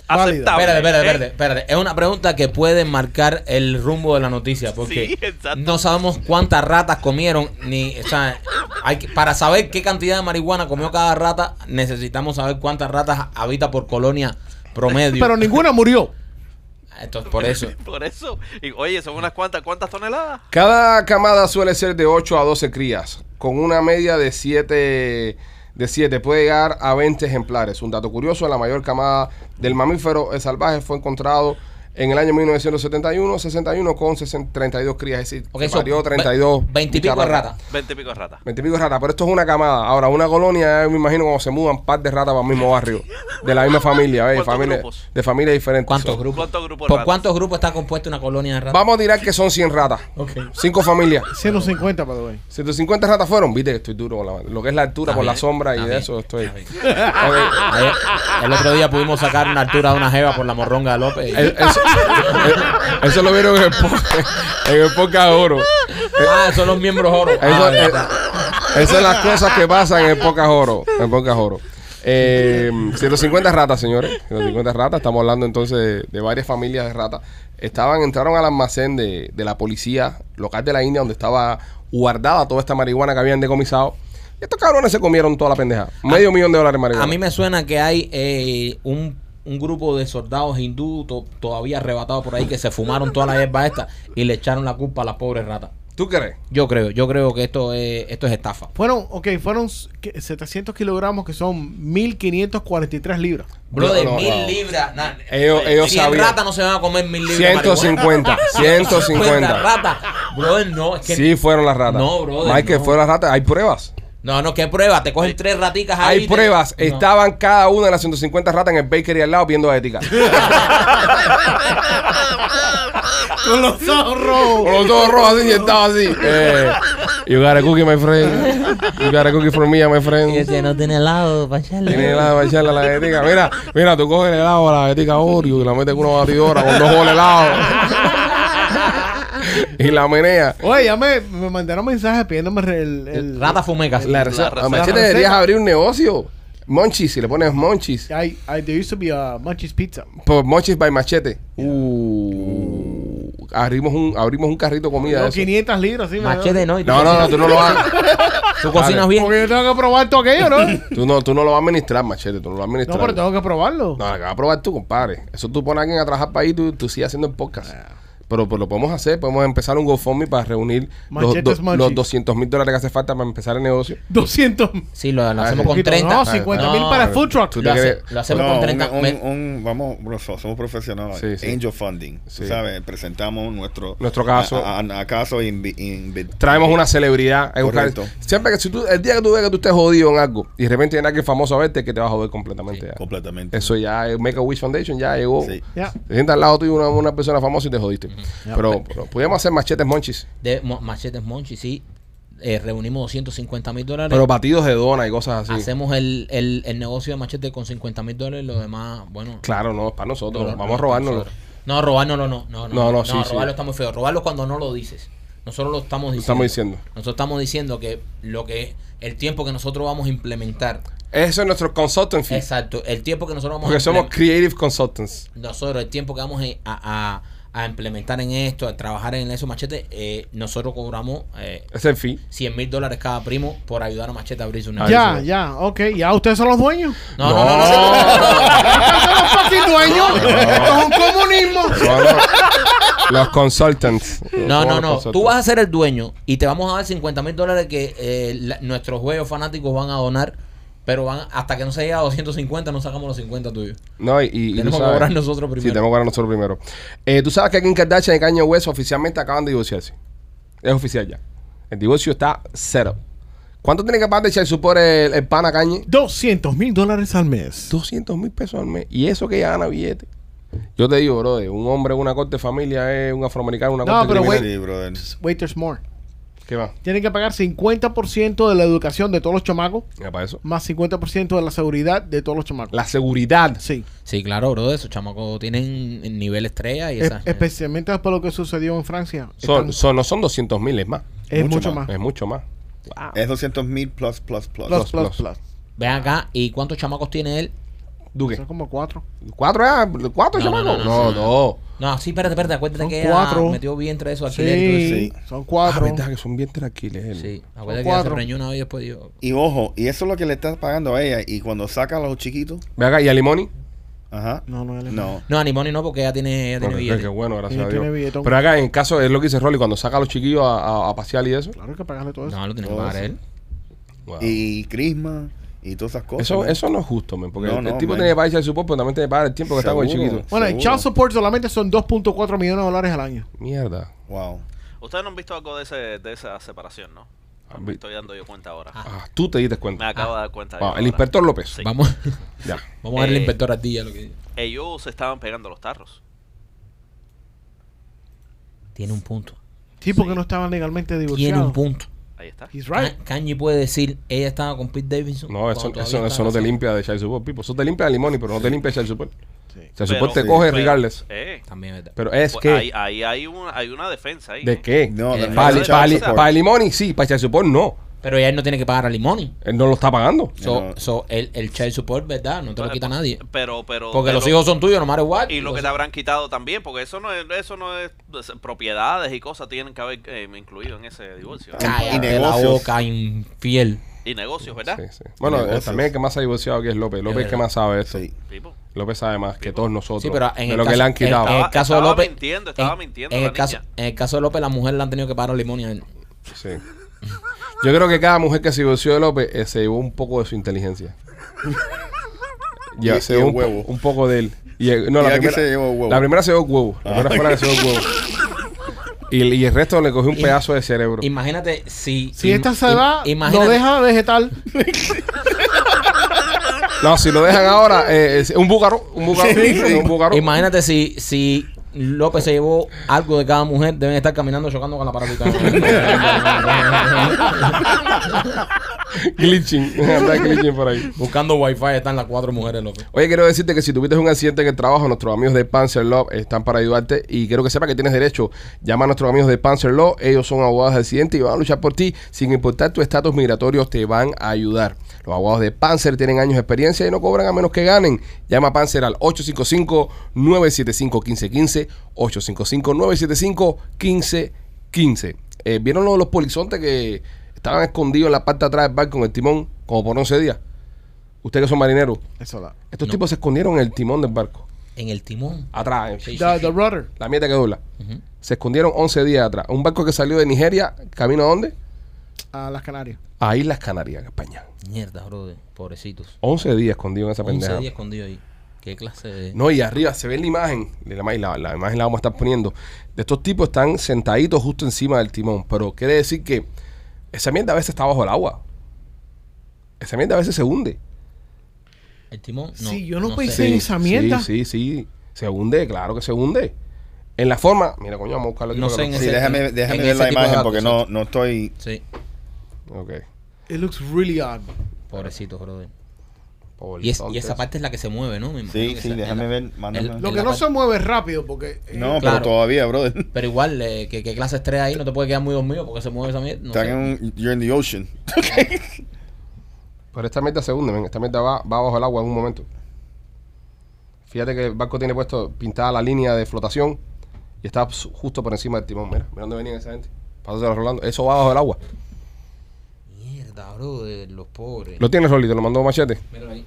Válida.
aceptable.
Espérate, espérate,
¿eh?
espérate, espérate. Es una pregunta que puede marcar el rumbo de la noticia porque
Sí, exacto.
no sabemos cuántas ratas comieron ni, o sea, hay que- para saber qué cantidad de marihuana comió cada rata necesitamos saber cuántas ratas habita por colonia promedio.
Pero ninguna murió.
Esto es por eso.
Por eso. Y, oye, son unas cuantas, ¿cuántas toneladas?
Cada camada suele ser de 8 a 12 crías, con una media de 7, de 7. Puede llegar a 20 ejemplares. Un dato curioso, la mayor camada del mamífero salvaje fue encontrado en el año 1971, 61 con 60 32 crías, es decir,
Ok,
se
eso,
parió
ve-
32
veintipico
muchas
de ratas.
Veinte y pico de ratas.
20 y pico de ratas, pero esto es una camada. Ahora, una colonia, yo me imagino cuando se mudan par de ratas para el mismo barrio, de la misma familia, ¿ves?
¿Cuántos
Familia-
grupos?
de familias diferentes.
¿Cuántos
So,
grupos?
¿Cuántos grupos de
¿Por
ratas?
cuántos grupos está compuesta una colonia de ratas?
Vamos a tirar que son 100 ratas,
Ok.
5 familias.
150, by the way.
150 ratas fueron, viste que estoy duro con la, lo que es la altura
Está
por la
bien,
sombra y
está
de
bien,
eso estoy.
está bien.
Ok,
Ayer- El otro día pudimos sacar una altura de una jeva por la morronga de López.
eh, Eso, eh, eso lo vieron en el, po- en el podcast de oro.
ah, son los miembros oro.
Eso,
Ah,
eh,
verdad.
esas son las cosas que pasan en el podcast oro. En podcast oro. Eh, 150 ratas, señores. 150 ratas. Estamos hablando entonces de, de varias familias de ratas. Estaban, entraron al almacén de, de la policía local de la India donde estaba guardada toda esta marihuana que habían decomisado. Y estos cabrones se comieron toda la pendeja. Medio millón de dólares de marihuana.
A mí me suena que hay eh, un, un grupo de soldados hindú to- todavía arrebatados por ahí que se fumaron toda la hierba esta y le echaron la culpa a las pobres ratas.
¿Tú crees?
Yo creo, yo creo que esto es, esto es estafa.
Fueron, ok, fueron que- 700 kilogramos que son 1543 libras.
Bro, de
No, no,
mil
no.
libras. na-
Ellos, ellos
cien
sabían.
ratas no se van a comer mil libras. de marihuana.
150,
150
150.
ratas. Bro, no, es que
Sí fueron las ratas.
No, brother,
Michael,
no.
fueron las ratas. Hay pruebas.
No, no, ¿qué prueba? Te cogen tres raticas
Hay
ahí. te-
pruebas.
No.
Estaban cada una de las 150 ratas en el bakery al lado viendo a Ética.
Con los ojos
Con
rojos.
los ojos rojos así inyectados así. Eh, you got a cookie, my friend. You got a cookie for me, my
Y
friend.
ese no tiene helado para echarle.
Tiene helado para echarle a la Ética. Mira, mira, tú coges el helado a la Ética Oreo y la metes en una batidora con dos holes de helado. y la menea. Ah,
Oye, ya me, me mandaron mensajes pidiéndome el. el
Rata fumecas.
La receta.
receta.
Machete,
La
deberías
receta.
abrir un negocio. Monchis, si le pones Monchis.
I, I, there used to be a Munchies Pizza.
Por Mochis by Machete. Uh, abrimos, un, abrimos un carrito de comida.
Yo
de eso.
500 libras, sí, me-
Machete no. y tú
No, no,
cocinas-
no, tú no lo vas.
¿Tú cocinas
Dale.
bien?
Porque yo tengo que probar todo aquello, ¿no? no,
Tú no, tú no lo vas a administrar, Machete. Tú no lo vas a administrar.
pero tengo que probarlo.
No, la que vas a probar tú, compadre. Eso tú pones a alguien a trabajar para ahí, tú, tú sigues haciendo el podcast. Pero pues, lo podemos hacer, podemos empezar un GoFundMe para reunir los,
Machetes
do-
Munchies.
los 200 mil dólares que hace falta para empezar el negocio.
200.
Sí, lo, lo
Ah,
hacemos
un
con
poquito,
30.
no, 50 mil
No,
para food truck.
tú
Lo,
te
hace-
crees-
lo hacemos
No,
con
un-
30.
un-
Me-
un- vamos, bro, so- somos profesionales.
Sí, sí.
Angel funding. tú
Sí.
¿Sabes? Presentamos nuestro,
Nuestro caso.
A, a- a caso invi- invi-
Traemos una celebridad. Hay que buscar-
Correcto.
Siempre que si tú, el día que tú veas que tú estés jodido en algo y de repente viene alguien famoso a verte, que te va a joder completamente. ya.
Completamente.
Eso ya, eh, Make a Wish Foundation ya llegó.
Sí.
Ya.
Te sientas al lado tuyo una, una persona famosa y te jodiste. Pero, pero podíamos hacer machetes monchis.
de Mo- Machetes Monchi, sí. Eh, reunimos 250 mil dólares.
Pero batidos de dona y cosas así.
Hacemos el, el, el negocio de machete con 50 mil dólares. Lo demás, bueno.
Claro, no, es para nosotros.
Lo-
Vamos
lo-
a robárnoslo.
nosotros. No, robárnoslo no. No,
No,
no,
no,
no.
sí, sí.
robarlo está muy feo. Robarlo es cuando no lo dices. Nosotros lo estamos diciendo.
estamos diciendo.
Nosotros estamos diciendo que lo que el tiempo que nosotros vamos a implementar.
Eso es nuestro consultant fee.
Exacto. El tiempo que nosotros vamos
Porque
a
somos
implemen-
creative consultants.
nosotros el tiempo que vamos a, a- a implementar en esto, a trabajar en eso, machete, eh, nosotros cobramos eh,
Ese es el fee.
100 mil dólares cada primo por ayudar a machete a abrir su negocio.
Ya, ya, ok. Ya ustedes son los dueños.
No, no, no, no, no, no, no.
Son los fucking dueños. Esto es un comunismo.
Somos los consultants.
No,
Somos
no,
los
no.
consultants.
Tú vas a ser el dueño y te vamos a dar 50 mil dólares que eh, la- nuestros juegos fanáticos van a donar, pero van hasta que no se llegue a 250 no sacamos los 50 tuyos.
No, y, y- y
Tenemos
tú
que
sabes-
cobrar nosotros
Sí,
primero.
tenemos que cobrar nosotros primero. Eh, tú sabes que aquí en Kardashian y Kanye West oficialmente acaban de divorciarse. Es oficial ya. El divorcio está cero. ¿Cuánto tiene que pagar de echar supor el, el pana Kanye?
200 mil dólares al mes.
200 mil pesos al mes. Y eso que ella gana billete. Yo te digo, bro, un hombre en una corte de familia es un afroamericano, en una
No,
corte
pero
criminal.
güey-
Sí, brother.
Wait, there's more.
¿Qué va?
Tienen que pagar 50% de la educación de todos los chamacos,
Mira, para eso.
más 50% de la seguridad de todos los chamacos.
La seguridad.
Sí.
Sí, claro, bro. Esos chamacos tienen el nivel estrella y eh,
Es-
esas.
especialmente después de lo que sucedió en Francia.
Son,
Están- Ah.
son- no son 200 mil, es más.
es mucho,
mucho
más. Eh,
Es mucho más.
Ah.
Es 200 mil plus, plus, plus.
Plus, plus,
plus,
plus.
Ven acá, ¿y cuántos chamacos tiene él?
Duque.
Son como cuatro.
¿Cuatro ya? ¿Cuatro,
No, no,
chamacos?
no,
No, no.
no, No, sí, espérate, espérate. Acuérdate
Son
que
cuatro.
ella metió bien tres esos alquileres. y todo eso.
Sí,
sí.
son
Ah,
cuatro.
verdad que son bien tranquiles.
Sí, acuérdate que ella se
cuatro.
preñó una vez y después dijo.
Y ojo, y eso es lo que le estás pagando a ella. Y cuando saca a los chiquitos,
Ve acá, ¿y a Limoni?
ajá.
No, no, él es-
No.
No, Animoni no, porque ella tiene, ella tiene
Porque-
billete.
que bueno, gracias
Sí,
a
tiene
Dios.
billetón.
Pero acá, en caso, es lo que dice Rolly, cuando saca a los chiquillos a, a- a pasear y eso.
Claro hay que pagarle todo eso.
No, lo tiene que
Todo
pagar
eso.
él.
Wow.
Y Crisma y todas esas cosas.
eso,
man.
eso no es justo, man, porque
No,
el,
no,
el tipo
man.
tiene que pagar el support, pero también tiene que pagar el tiempo que está con el
Seguro.
chiquito.
Bueno, el
Seguro.
child support solamente son 2.4 millones de dólares al año.
Mierda.
Wow.
Ustedes no han visto algo de, ese, de esa separación, ¿no? Me estoy dando yo cuenta ahora.
Ah, tú te diste
Me
cuenta. Ah,
acabo de dar cuenta.
Wow,
yo
el
ahora.
inspector López.
Sí.
Vamos,
Ya.
vamos a ver el
Eh,
inspector al día. Lo que...
Ellos se estaban pegando los tarros.
Tiene un punto.
Sí, porque no estaban legalmente
Tiene un
divorciados.
punto. Ah,
Ahí está.
He's right.
Ka- Kanye puede decir, ella estaba con Pete Davidson.
No, eso,
cuando
eso,
todavía
eso no
estaba
te
casada.
limpia de Child Support, Pipo. Eso te limpia de Limoni, pero no te limpia de Child Support.
Sí.
Child
Pero-
Support te
sí,
coge
pero-
regardless.
Eh,
También es verdad.
Pero es
pues
que.
ahí, ahí hay, una, hay una defensa ahí.
¿De
¿eh?
qué?
No,
Eh,
de-
Para
Pali-
de-
pali-
de-
Limoni, sí. Para Child Support, no.
Pero ella no tiene que pagar a Limoni.
Él no lo está pagando.
So,
No.
so, el, el child support, ¿verdad? No te lo quita nadie.
Pero, pero.
Porque los
pero-
hijos son tuyos, no matter what.
Y lo que te
Entonces,
habrán quitado también, porque eso no es, eso no es, pues, propiedades y cosas tienen que haber eh, incluido en ese divorcio.
Ca-
Cállate
Y
la
negocios.
boca, infiel.
Y negocios, ¿verdad?
Sí, sí. Bueno, eh,
Negocios.
también el que más se ha divorciado aquí es López. López es el que
verdad.
más sabe esto.
Sí.
Tipo.
López sabe más que todos nosotros.
Sí, pero en
de lo
el caso,
que le han quitado.
En, en el
Estaba-
caso de
estaba
López.
mintiendo, estaba mintiendo
en
la
el caso,
niña.
en el caso de López, la mujer le han tenido que pagar a Limoni a él.
Sí. Yo creo que cada mujer que se divorció de López eh, se llevó un poco de su inteligencia. ya,
Y-
se
y
llevó
el
un, po-
huevo.
un poco de él. Y, eh, no,
Y
la,
aquí
primera,
se llevó el huevo.
la primera se llevó el huevo. La
Ah.
primera fue la que se llevó el huevo. Y, y el resto le cogió un
Y-
pedazo de cerebro.
Imagínate si.
Si
im-
esta se
im-
va,
imagínate-
lo deja vegetal.
No, si lo dejan ahora, eh, es un búcaro. Un búcaro. Un búcaro.
Imagínate si, si López se llevó algo de cada mujer, deben estar caminando chocando con la paralítica.
glitching. Anda glitching por ahí.
Buscando wifi están las cuatro mujeres, López.
Oye, quiero decirte que si tuviste un accidente en el trabajo, nuestros amigos de Panzer Law están para ayudarte y quiero que sepa que tienes derecho. Llama a nuestros amigos de Panzer Law, ellos son abogados de accidente y van a luchar por ti. Sin importar tu estatus migratorio, te van a ayudar. Los abogados de Panzer tienen años de experiencia y no cobran a menos que ganen. Llama a Panzer al 855-975-1515, 855-975-1515. Eh, ¿Vieron lo de los polizontes que estaban escondidos en la parte de atrás del barco con el timón como por 11 días? Ustedes que son marineros.
Eso da.
Estos
No.
tipos se escondieron en el timón del barco.
en el timón.
Atrás.
Sí, sí,
The,
sí.
the rudder.
La mierda que dura.
Ujú.
Se escondieron 11 días atrás. Un barco que salió de Nigeria, ¿camino a dónde?
A las Canarias.
A Islas Canarias, en España.
Mierda, brother. Pobrecitos.
11 días escondido en esa
11
pendeja.
días escondido ahí. ¿Qué clase de.?
No, y arriba se ve la imagen, la, ima- la- la imagen la vamos a estar poniendo. De estos tipos están sentaditos justo encima del timón, pero quiere decir que esa mierda a veces está bajo el agua. Esa mierda a veces se hunde.
El timón. No,
Sí, yo no
sé.
pensé Sí, en esa mierda.
Sí, sí, sí. Se hunde, claro que se hunde. En la forma, mira, coño, vamos a buscarlo aquí.
No
porque
sé en
Sí,
ese-
déjame,
en
déjame
ese
ver la
tipo de
imagen
barco,
porque no, no estoy.
Sí,
Ok.
It looks really odd.
pobrecitos, brother.
Pobre
Y, es- y
entonces.
esa parte es la que se mueve, ¿no? Me imagino
Sí,
que
sí,
esa-
déjame
es la-
ver. mándame.
el-
Lo
En
que
la
no
parte-
se mueve rápido porque... eh,
No,
claro.
pero todavía, brother.
Pero igual, eh, ¿qué, qué clase de estrella ahí? No te puede quedar muy dormido porque se mueve esa mierda. No
Están
sé.
en un- You're in the ocean.
Pero esta mierda se hunde, men. esta mierda va, va bajo el agua en un momento. Fíjate que el barco tiene puesto pintada la línea de flotación y está su- justo por encima del timón. Mira, mira dónde venían esa gente. Pásaselo Rolando. Eso va bajo el agua.
Mierda, brother. Los pobres.
Lo tienes, Rolito, lo mandó Machete.
Míralo ahí.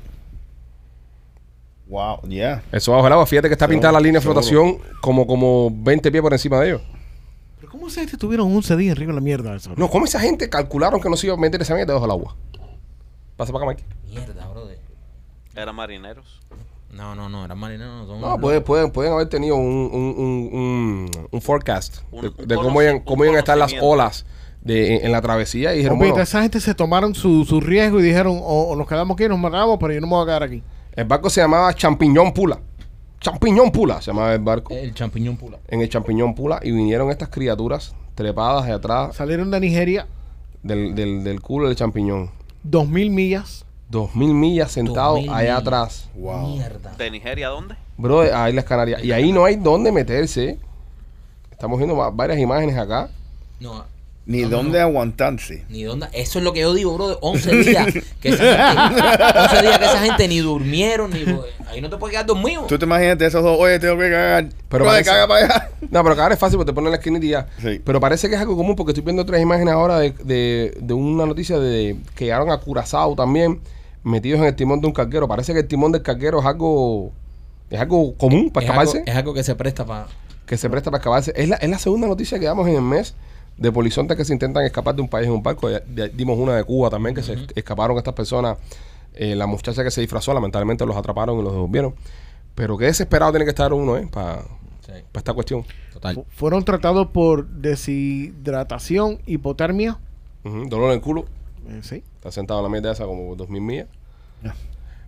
Wow, yeah.
Eso va bajo el agua. Fíjate que está
Seguro,
pintada la línea de
seguro.
flotación como, como 20 pies por encima de ellos.
¿Pero cómo se estuvieron 11 días arriba de la mierda? Eso?
No, ¿cómo esa gente calcularon que no se iba a meter esa mierda bajo el agua? Pasa para acá, Mike.
Mierda, brother.
Eran marineros.
No, no, no. Eran marineros. No, son
No,
pues,
unos
pueden, pueden, pueden haber tenido un, un, un, un, un forecast
Un-
de,
un
de cómo,
conoci-
iban,
un
cómo iban a estar las
conocimiento.
olas de, en, en la travesía y dijeron,
Hombre,
bueno,
esa gente se tomaron su, su riesgo y dijeron, o, o nos quedamos aquí, nos matamos, pero yo no me voy a quedar aquí.
El barco se llamaba Champiñón Pula. Champiñón Pula se llamaba el barco.
Eh.
locos. El champiñón pula.
En el Champiñón Pula y vinieron estas criaturas trepadas de atrás
Salieron de Nigeria,
del, del, del culo del champiñón.
2.000 millas.
Dos mil millas sentados
2000
allá
millas.
atrás.
Wow.
Mierda.
¿De Nigeria dónde?
Bro, a Islas Canarias. Y ahí no hay dónde meterse. Estamos viendo va- varias imágenes acá.
No,
Ni
No, no,
dónde
no.
aguantarse.
Ni de onda. Eso es lo que yo digo, bro. 11 días. Que esa gente, 11 días que esa gente ni durmieron. Ni, ahí no te puedes quedar dormido.
Tú te imaginas de esos dos, oye, tengo que cagar.
Pero
Pero me
parece-
caga para allá.
No, pero cagar es fácil porque te ponen la esquina y ya.
Sí.
Pero parece que es algo común porque estoy viendo otras imágenes ahora de, de- de una noticia de que llegaron a Curazao también metidos en el timón de un carguero. Parece que el timón del carguero es algo es algo común para
es, algo,
escaparse,
es algo que se presta para.
que se presta para escaparse. Es la, es la segunda noticia que damos en el mes de polizontes que se intentan escapar de un país en un barco. Ya- ya dimos una de Cuba también que se escaparon estas personas. Eh, la muchacha que se disfrazó, lamentablemente los atraparon y los devolvieron. Pero qué desesperado tiene que estar uno, ¿eh? Para
Sí,
esta cuestión.
total.
Fu- Fueron tratados por deshidratación, hipotermia.
Ujú, Dolor en el culo.
Eh, sí.
Está sentado en la mierda esa como 2000 millas.
Ya.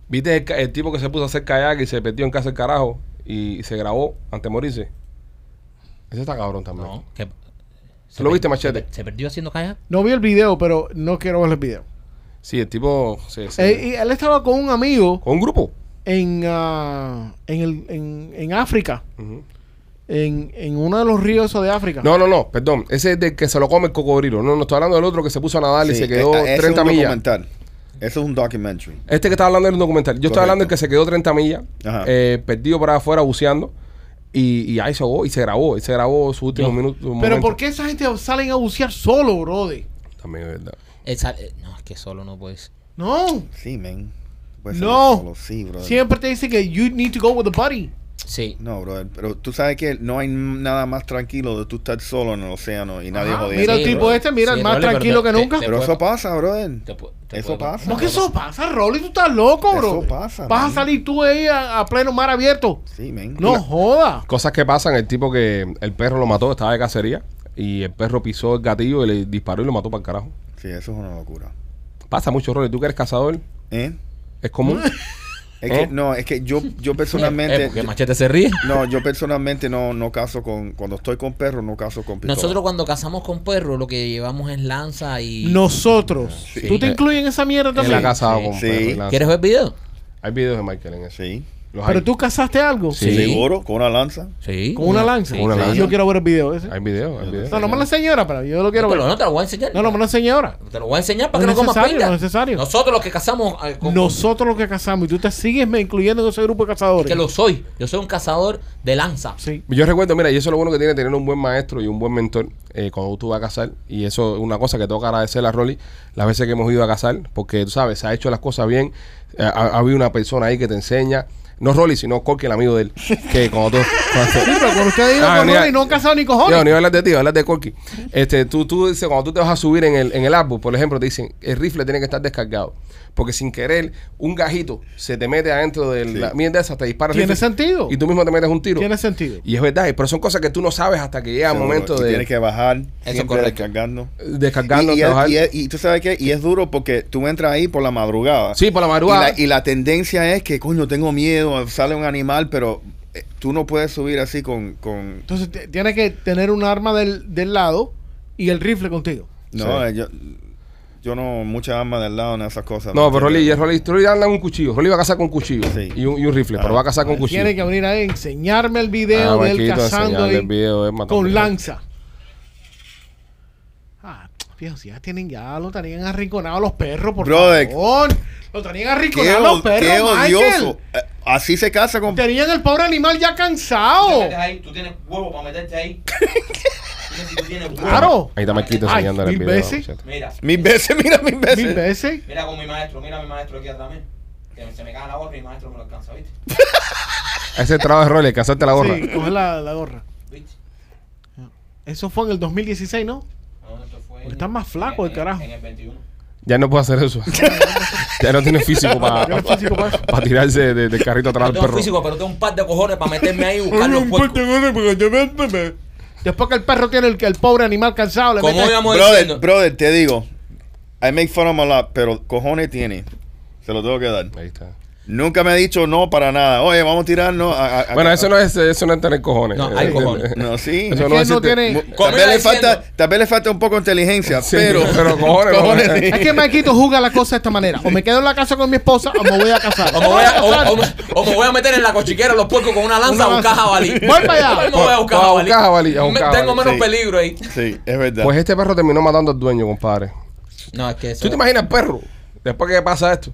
¿Viste el, ca- el tipo que se puso a hacer kayak y se metió en casa el carajo y se grabó antes de morirse? Ese está cabrón también.
No, que-
¿Tú lo viste, Machete?
¿Se perdió haciendo kayak?
No vi el video, pero no quiero ver el video.
Sí, el tipo se, se-
Eh, y él estaba con un amigo
con un grupo.
en, ah, en, el- en- en África,
Ujú.
en, en uno de los ríos esos de África.
No, no, no, perdón. Ese es del que se lo come el cocodrilo. No, no estoy hablando del otro que se puso a nadar y
Sí,
se quedó
eh, ese
30
es un
millas.
documental. Eso es un documentary.
Este que estaba hablando era un documental. Yo estaba
Correcto.
hablando del que se quedó 30 millas,
Ajá.
eh, perdido por afuera buceando. Y, y ahí se ahogó, y se grabó, y se grabó sus últimos
Yo-
minutos.
pero
momentos.
¿por qué esa gente salen a bucear solo, brother?
También es verdad.
Esa- eh, no, es que solo no puedes.
No.
Sí, man.
No.
solo. Sí, brother.
Siempre te dicen que you need to go with a buddy.
Sí.
No, brother. Pero tú sabes que no hay nada más tranquilo de tú estar solo en el océano y nadie
Ah,
jodiendo.
mira el
Sí,
tipo
brother.
este, mira, el más
brother, pero
tranquilo
te-
que
te-
nunca.
te
Pero
puedo-
eso pasa, brother.
te pu- te
eso
puedo-
pasa.
¿Por qué eso pasa, Rolly? Tú estás loco, bro.
Eso pasa,
Vas a
man.
salir tú ahí a, a pleno mar abierto.
Sí, man.
No joda.
Cosas que pasan, el tipo que el perro lo mató, estaba de cacería, y el perro pisó el gatillo y le disparó y lo mató para el carajo.
Sí, eso es una locura.
Pasa mucho, Rolly. Tú que eres cazador,
¿Eh?
es común.
Es
¿Eh?
que, no, es que yo, yo
Eh,
personalmente.
porque Machete se ríe.
no, yo personalmente no, no caso con. Cuando estoy con perros, no caso con pistola.
Nosotros cuando cazamos con perros lo que llevamos es lanza y...
Nosotros.
Sí.
¿Tú te incluyes en esa mierda
Él
también?
ha cazado
Sí.
con
Sí.
perro y lanza.
¿Quieres ver video?
Hay videos de Michael en eso.
Sí.
Los hay.
¿Pero tú cazaste algo?
Sí.
Seguro, con una lanza.
Sí.
¿Con una lanza?
Sí,
Con una
sí.
lanza.
Yo quiero ver el video ese.
Hay videos, hay videos.
No, no me lo enseñe ahora, pero yo lo quiero
No, te
ver.
lo- no te lo voy a enseñar.
No, no me lo enseñe ahora.
Te lo voy a enseñar para
No
que no comas
necesario,
pinga.
no necesario.
Nosotros los que cazamos. eh, con-
Nosotros los que cazamos y tú te sigues me incluyendo en ese grupo de
con-
cazadores.
que lo soy. Yo soy un cazador de lanza.
Sí.
Yo recuerdo, mira, y eso es lo bueno que tiene tener un buen maestro y un buen mentor eh, cuando tú vas a cazar. Y eso es una cosa que tengo que agradecer a Rolly las veces que hemos ido a cazar, porque tú sabes, se ha hecho las cosas bien. eh, ha, ha habido una persona ahí que te enseña. No Rolly, sino Corky, el amigo de él. Que cuando tú. cuando-
Sí, pero cuando usted ha ido
Ah,
con
ni a-
Rolly, no han casado ni cojones.
Yo, no iba a hablar de ti, iba a hablar de Corky. Este, tú, tú dices, cuando tú te vas a subir en el, en el árbol, por ejemplo, te dicen, el rifle tiene que estar descargado. Porque sin querer, un gajito se te mete adentro de la mierda esa, te dispara el
Tiene
rifle,
sentido.
Y tú mismo te metes un tiro.
Tiene sentido.
Y es verdad, y- pero son cosas que tú no sabes hasta que llega el
Seguro.
momento
Y Tienes
de
que bajar,
es
siempre
correcto.
descargando.
descargarlo,
y, y es-
trabajar.
y es- y tú sabes qué, y es duro porque tú entras ahí por la madrugada.
sí, por la
Y la,
madrugada.
y la tendencia es que, coño, tengo miedo, sale un animal, pero eh, tú no puedes subir así con... con
Entonces t- tiene que tener un arma del, del lado y el rifle contigo.
no,
Sí.
eh, yo, yo no, muchas armas del lado en esas cosas.
no, pero Rolly,
¿entiendes?
y Rolly, Rolly anda con un cuchillo. Rolly va a cazar con un cuchillo
Sí.
y, un, y un rifle, pero
Ah,
va a cazar con un cuchillo.
Tiene que venir a enseñarme el video
Pues Ah,
de él
Marquito,
cazando
enseñale
ahí
el video, él matando
con
gente.
lanza. Ah, viejo, si ya tienen ya, lo tenían arrinconado los perros, por
Brother.
favor. Lo tenían
¡Qué,
arrinconado
o-
los perros,
qué
Michael.
odioso! Eh, Así se casa con...
Tenían el pobre animal ya
Tú te
cansado.
metes ahí, tú tienes huevo para meterte ahí. Dime si tú tienes huevo.
Claro.
Ahí está Marquito
Ay,
enseñándole el
mil
video.
veces.
muchacho.
Mira,
Mil veces, mira, mil veces.
Mil veces.
mira con mi maestro, mira a mi maestro aquí atrás mío. Que se me cae la gorra y mi maestro me lo alcanza, ¿viste?
Ese es el trabajo de Rolly, cazarte la gorra.
Sí, coge la, la gorra.
¿Viste?
Eso fue en el 2016, ¿no?
No, esto fue.
Porque está más flaco el
en-
carajo.
En el 21.
Ya no puedo hacer eso. ya no tiene físico para
Yo no soy psicópata.
tirarse de- del carrito atrás
No
al
tengo
perro.
físico, pero tengo un par de cojones para meterme ahí y buscar los puercos.
Después que el perro tiene el, el pobre animal cansado, le
Como
mete-
íbamos
Brother,
diciendo.
brother, te digo, I make fun of him a lot, pero cojones tiene. Se lo tengo que dar.
Ahí está.
Nunca me ha dicho no para nada. Oye, vamos a tirarnos. A, a- a-
Bueno, eso no es, eso no es tener cojones. Eh,
No, hay cojones.
No, sí.
Eso
que él no
existe.
tiene-
Mu-
Como
Tal vez,
iba
le falta,
diciendo.
tal vez le falta un poco de inteligencia,
eh, Sí,
pero,
pero cojones, no.
sí.
Es que Maikito juzga la cosa de esta manera. O me quedo en la casa con mi esposa o me voy a casar.
O me, voy a, o- o me- o me voy a meter en la cochiquera los puercos con una lanza
Una
a buscar
lanza.
jabalí.
Voy para allá.
Hoy me voy a
Voy a
buscar jabalí.
buscar jabalí, a
Me-
buscar
Tengo
jabalí.
menos
Sí.
peligro ahí.
Sí, es verdad.
Pues este perro terminó matando al dueño, compadre.
No, es que eso.
¿Tú te imaginas el perro? Después que pasa esto.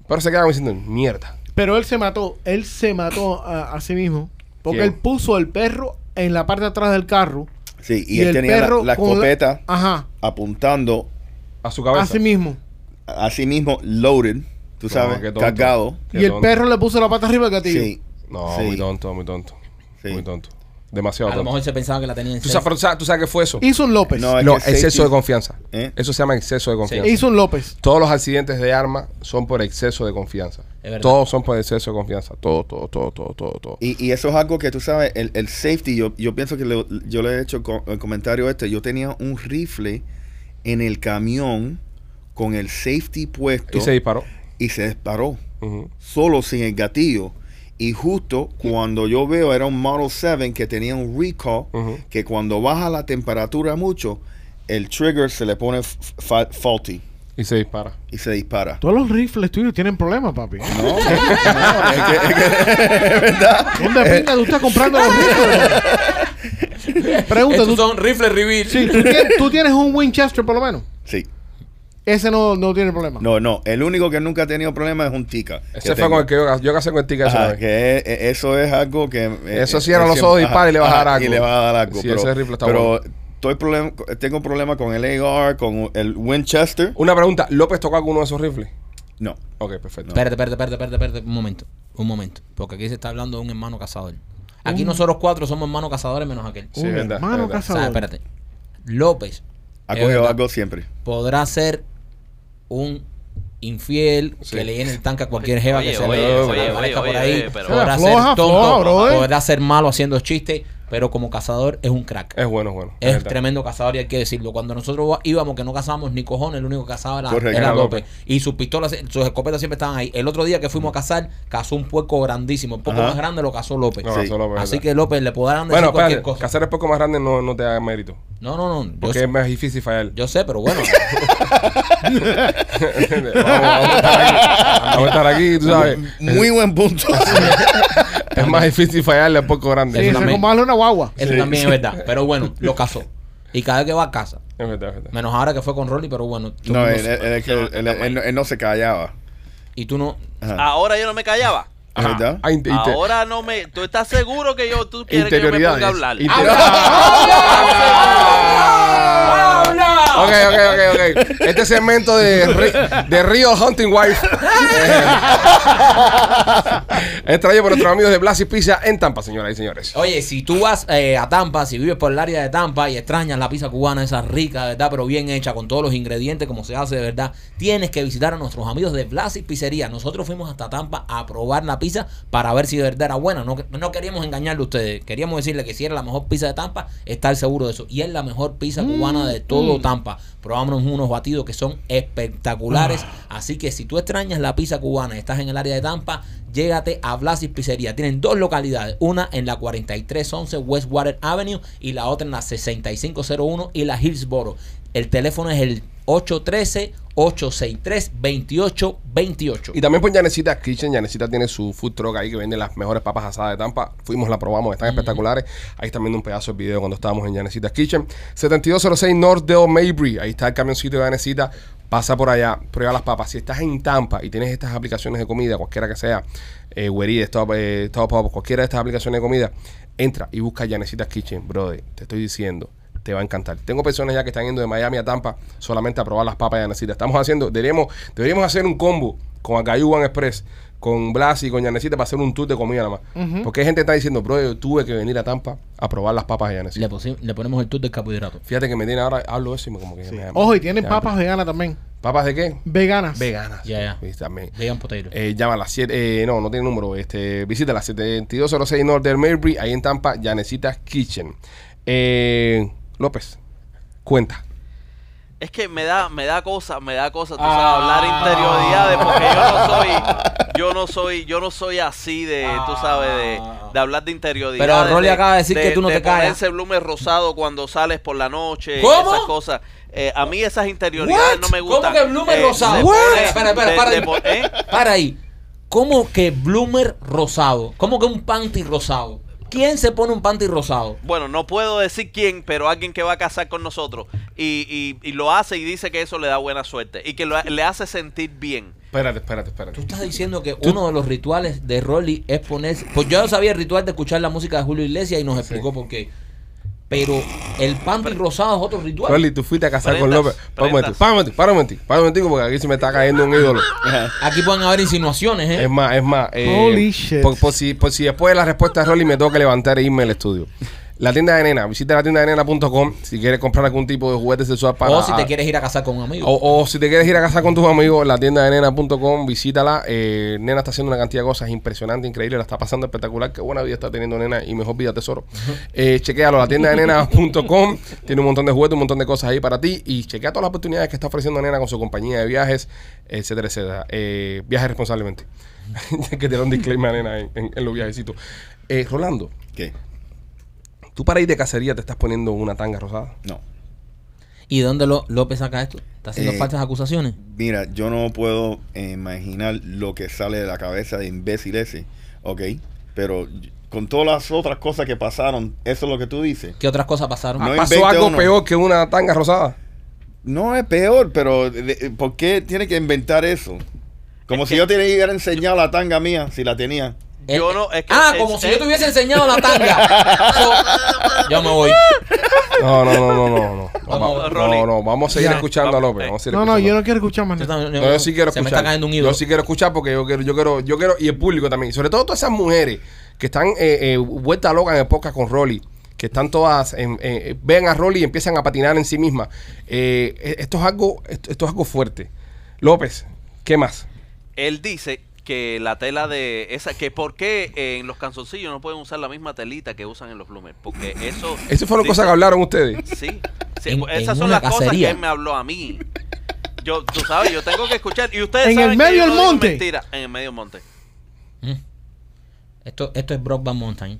El perro se queda como diciendo, mierda.
Pero él se mató. Él se mató a, a sí mismo. Porque
¿Quién?
él puso el perro en la parte de atrás del carro.
sí, y, él
el
tenía la,
perro
la
con
escopeta
ajá.
apuntando
A su
A
cabeza.
sí mismo.
a sí mismo, loaded, tú sabes,
qué tonto.
cargado.
Qué
y el
tonto.
perro le puso la pata arriba al gatillo.
Sí.
No,
Sí.
muy tonto, muy tonto.
Sí.
Muy tonto. Demasiado
A lo
tonto.
mejor se pensaba que la tenía en
¿Tú, sabes,
serio.
pero tú sabes- tú sabes qué fue eso?
Hizo un López.
No, es
No,
que
exceso
safety-
de confianza.
¿Eh?
Eso se llama exceso de confianza.
Hizo un López.
Todos los accidentes de armas son por exceso de confianza.
Es verdad.
Todos son por exceso de confianza. Todo, todo, todo, todo, todo, todo.
Y, y eso es algo que tú sabes, el, el safety, yo, yo pienso que le- yo le he hecho co- el comentario este, yo tenía un rifle en el camión con el safety puesto
Y se disparó.
y se disparó,
Ujú.
solo sin el gatillo. Y justo cuando yo veo, era un Model 7 que tenía un recall,
Ujú.
que cuando baja la temperatura mucho, el trigger se le pone f- fa- faulty
Y se dispara.
y se dispara.
Todos los rifles tuyos tienen problemas, papi.
No, no, es que- es que-
¿Dónde pinta tú estás comprando los rifles? bro? Pregunta,
Estos
¿tú,
son rifles reveal.
sí, ¿tú, tienes, tú tienes un Winchester por lo menos?
sí.
Ese no, no tiene problema.
No, no. El único que nunca ha tenido problema es un tica.
Ese fue con el que yo, yo casé con el tica esa
Ajá,
vez.
que es- e- eso es algo que... eh,
Eso
eh,
cierra
es
los ojos
siempre-
y para y le va a
ajá,
dar algo.
Y le va a dar algo.
Sí,
pero
ese rifle está
pero
bueno.
estoy problem- tengo problema con el AR, con el Winchester.
Una pregunta, ¿López tocó alguno de esos rifles?
No.
Ok, perfecto.
Espérate, espérate, espérate, espérate, espérate, un momento, un momento, porque aquí se está hablando de un hermano cazador. Aquí nosotros cuatro somos hermanos cazadores menos aquel.
Sí,
Un
es verdad,
hermano
es verdad.
O sea,
cazador.
espérate. López
Ha
Es
cogido
verdad.
algo siempre.
podrá ser un infiel
Sí.
que le llene el tanque a cualquier jeva
Oye,
que se
oye,
le se le
oye,
aparezca
oye,
por ahí.
oye, pero-
podrá
Afloja,
ser
afloja,
tonto,
brother.
podrá ser malo haciendo chistes, pero como cazador es un crack.
Es bueno, es bueno.
Es
verdad.
tremendo cazador y hay que decirlo. Cuando nosotros va- íbamos que no cazábamos ni cojones, el único que cazaba era,
Correcto.
era
Era
López.
López.
Y sus pistolas, sus escopetas siempre estaban ahí. El otro día que fuimos a cazar, cazó un puerco grandísimo. Un poco
Ajá.
más grande lo cazó López.
No,
Sí.
eso López,
Así
verdad.
que López le podrán decir
Bueno,
cualquier
espérate,
cosa.
cazar el poco más grande no, no te da mérito.
No, no, no. Yo
Porque
sé,
es más difícil fallar.
yo sé, pero bueno.
vamos, vamos a estar aquí. Vamos a estar aquí, tú sabes.
Muy buen punto.
Es más difícil fallarle al poco grande.
Sí,
Es
Eso
eso es
también.
como darle una guagua.
Eso también es verdad. Pero bueno, lo cazó. Y cada vez que va a casa.
verdad, es verdad.
Menos ahora que fue con Rolly, pero bueno. tú
no,
no
él,
sé.
él- él es que- él- él- él no- él no se callaba.
y tú no.
Ajá.
Ahora yo no me callaba.
¿Es ¿Verdad?
Ah, inte- inte-
Ahora no me. ¿Tú estás seguro que yo tú quieres que yo me ponga
¡Ah!
a
interioridades.
hablar?
Inter-
¡Ah!
¡Habla!
Ok, ok, ok, ok. Este segmento de, Ri- de Real Hunting Wife eh, es traído por nuestros amigos de Blasi Pizza en Tampa, señoras y señores.
Oye, si tú vas eh, a Tampa, si vives por el área de Tampa y extrañas la pizza cubana, esa rica, de ¿verdad? Pero bien hecha, con todos los ingredientes, como se hace de verdad, tienes que visitar a nuestros amigos de Blasi Pizzería. Nosotros fuimos hasta Tampa a probar la pizza para ver si de verdad era buena. No, no queríamos engañarle a ustedes. Queríamos decirle que si era la mejor pizza de Tampa, estar seguro de eso. Y es la mejor pizza cubana de todo Tampa. Probamos unos batidos que son espectaculares. Así que si tú extrañas la pizza cubana y estás en el área de Tampa, llégate a Blasis Pizzería. Tienen dos localidades, una en la 4311 Westwater Avenue y la otra en la 6501 y la Hillsboro. El teléfono es el 813-863-2828.
Y también por Yanecita Kitchen. Yanecita tiene su food truck ahí que vende las mejores papas asadas de Tampa. Fuimos, la probamos, están espectaculares. Ahí están viendo un pedazo de video cuando estábamos en Yanecita Kitchen. 7206 North de Maybury. Ahí está el camioncito de Yanecita. Pasa por allá, prueba las papas. Si estás en Tampa y tienes estas aplicaciones de comida, cualquiera que sea, eh, Whereas, Stop, eh, Stop Up, cualquiera de estas aplicaciones de comida, entra y busca Yanecita Kitchen, brother. Te estoy diciendo te va a encantar. Tengo personas ya que están yendo de Miami a Tampa solamente a probar las papas de Yanecita. Estamos haciendo, deberíamos, deberíamos hacer un combo con Acayuban Express, con Blas y con Yanecita para hacer un tour de comida nada más. Porque hay gente que está diciendo, bro, yo tuve que venir a Tampa a probar las papas de Yanecita.
Le, posi- le ponemos el tour del carbohidrato.
Fíjate que me tiene ahora, hablo eso y me como que me-
Ojo, y tienen
ya,
papas veganas también.
¿Papas de qué?
Veganas.
Ah,
Veganas.
Ya, ya.
Y También.
Vegan potato.
Eh, llama a las 7, eh, no, no tiene número. Este, visita la 7206 Northern Maybury, ahí en Tampa, Yanecita Kitchen. Eh, López, cuenta.
Es que me da, me da cosa, me da cosa, tú sabes,
Ah.
hablar
Ah.
interioridades, porque yo no soy, yo no soy, yo no soy así de, tú sabes, de, de hablar de interioridades.
Ah. Pero Rolly
de-
acaba de decir que tú no te callas.
ponerse bloomer rosado cuando sales por la noche,
¿Cómo?
esas cosas. Eh, a mí esas
What?
interioridades no me
¿Cómo
gustan.
que bloomer
Eh,
rosado?
de
What?
poner-
Espera, espera,
de-
para
de
ahí.
po- ¿eh?
Para ahí. ¿Cómo que bloomer rosado? ¿Cómo que un panty rosado? ¿Quién se pone un panty rosado?
Bueno, no puedo decir quién, pero alguien que va a casar con nosotros y, y- y lo hace y dice que eso le da buena suerte y que lo- le hace sentir bien.
Espérate, espérate, espérate.
Tú estás diciendo que uno de los rituales de Rolly es ponerse. Pues yo no sabía el ritual de escuchar la música de Julio Iglesias y nos explicó por qué. Pero el panty rosado es otro ritual.
Rolly, tú fuiste a casar con
Prendas,
López. Para un momento,
prendas.
para un momento, para un momento, para un momento, porque aquí se me está cayendo un ídolo.
¿Eh? Aquí pueden haber insinuaciones, ¿eh?
Es más, es más. eh,
Holy shit.
Por, por si, por si después de la respuesta de Rolly me tengo que levantar e irme al estudio. La tienda de nena, visita la tienda de nena.com si quieres comprar algún tipo de juguete sexual para. Oh.
o si te quieres ir a casar con un amigo.
O, o si te quieres ir a casa con tus amigos, la tienda de nena.com, visítala. Eh, nena está haciendo una cantidad de cosas impresionante, increíble, la está pasando espectacular. Qué buena vida está teniendo nena y mejor vida tesoro. Eh, chequéalo, la tienda de nena.com. Tiene un montón de juguetes, un montón de cosas ahí para ti. Y chequea todas las oportunidades que está ofreciendo nena con su compañía de viajes, etcétera, etcétera. Eh, viaje responsablemente. Ya que te da un disclaimer a nena en, en- en los viajecitos. Eh, Rolando,
¿Qué?
tú para ir de cacería te estás poniendo una tanga rosada.
No.
¿Y de dónde lo, López saca esto? ¿Está haciendo
Eh,
falsas acusaciones?
Mira, yo no puedo imaginar lo que sale de la cabeza de imbécil ese, ¿ok? Pero con todas las otras cosas que pasaron, eso es lo que tú dices.
¿Qué otras cosas pasaron?
No
¿Pasó
invente
algo
uno.
peor que una tanga rosada?
No es peor, pero de- ¿por qué tiene que inventar eso? Como si yo te hubiera enseñado la tanga mía, si la tenía.
Yo no, es que-
ah,
es-
como si yo
es-
te hubiese enseñado la tanga. So- yo me voy.
No, no, no, no, no, no.
Vamos,
Vamos,
Rolly.
no, no, vamos a seguir
Ya.
escuchando a López.
eh.
Vamos a seguir
No, no,
escuchando.
yo no quiero escuchar más
Yo
nada.
tam-
No, yo sí quiero
Se
escuchar.
me está cayendo un ídolo.
Yo sí quiero escuchar porque yo quiero, yo quiero, yo quiero, y el público también. Sobre todo todas esas mujeres que están eh, eh, vuelta loca en el podcast con Rolly, que están todas, en- eh, ven a Rolly y empiezan a patinar en sí mismas. Eh, esto es algo, esto, esto es algo fuerte. López, ¿qué más?
Él dice que la tela de esa, que por qué eh, en los canzoncillos no pueden usar la misma telita que usan en los bloomers, porque eso.
Esas fueron
dice-
cosas que hablaron ustedes.
Sí, sí,
En-
pues
en
esas son
una
las cosas
cacería.
que él me habló a mí. Yo, tú sabes, yo tengo que escuchar y ustedes
En
saben
el
que
medio
yo
del
no digo
monte.
mentira. en el medio del monte.
Mm. Esto, esto es Brockback Mountain.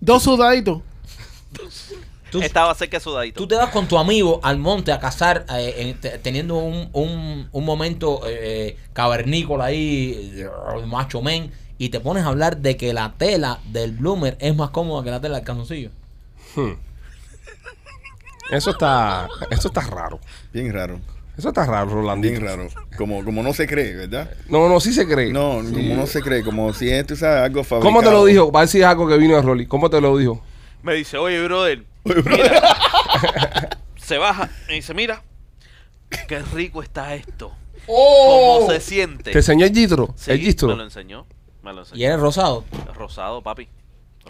Dos sudaditos.
Tú-
Estaba cerca de sudadito.
Tú te vas con tu amigo al monte a cazar, eh, eh, te- teniendo un, un- un momento eh, eh, cavernícola ahí, eh, macho men, y te pones a hablar de que la tela del bloomer es más cómoda que la tela del calzoncillo.
Eso está, eso está raro.
Bien raro,
Eso está raro, Rolandito.
bien raro. Como, como no se cree, ¿verdad?
No, no, sí se cree.
No,
Sí.
como no se cree, como si es, tú sabes, algo fabricado.
¿Cómo te lo dijo? Va a decir algo que vino de Rolly. ¿Cómo te lo dijo?
Me dice, oye, brother. mira, se baja y dice, mira, qué rico está esto.
¡Oh!
¿Cómo se siente?
Te enseñó el gistro.
Sí,
el gistro.
me lo enseñó. Me lo enseñó.
Y eres rosado.
Rosado, papi.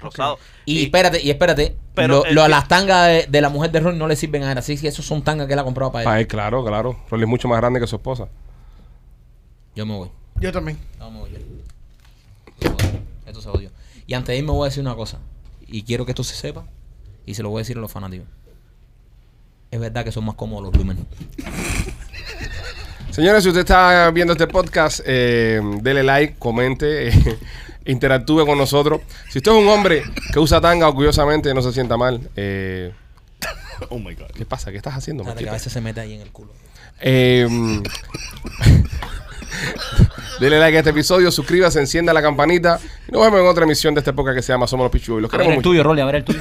Rosado.
Y, espérate, y espérate.
Pero
lo-
el
lo-
que-
las tangas de, de la mujer de Ron no le sirven a él. Así que esos son tangas que él ha comprado para él.
Pa' él, Ah, eh, claro, claro. Rolly es mucho más grande que su esposa.
Yo me voy.
Yo también.
No, me voy yo. Me voy. Esto se jodió. Y antes de irme voy a decir una cosa. Y quiero que esto se sepa. Y se lo voy a decir a los fanáticos. Es verdad que son más cómodos los lumens.
Señores, si usted está viendo este podcast, eh, dele like, comente, eh, interactúe con nosotros. Si usted es un hombre que usa tanga orgullosamente, no se sienta mal. Eh,
Oh my God.
¿Qué pasa? ¿Qué estás haciendo,
Para que
machito?
a veces se mete ahí en el culo.
Eh, dele like a este episodio, suscríbase, encienda la campanita. Y nos vemos en otra emisión de esta época que se llama Somos los Pichuy. Los
A ver
queremos
el
mucho.
tuyo, Rolly, a ver el tuyo.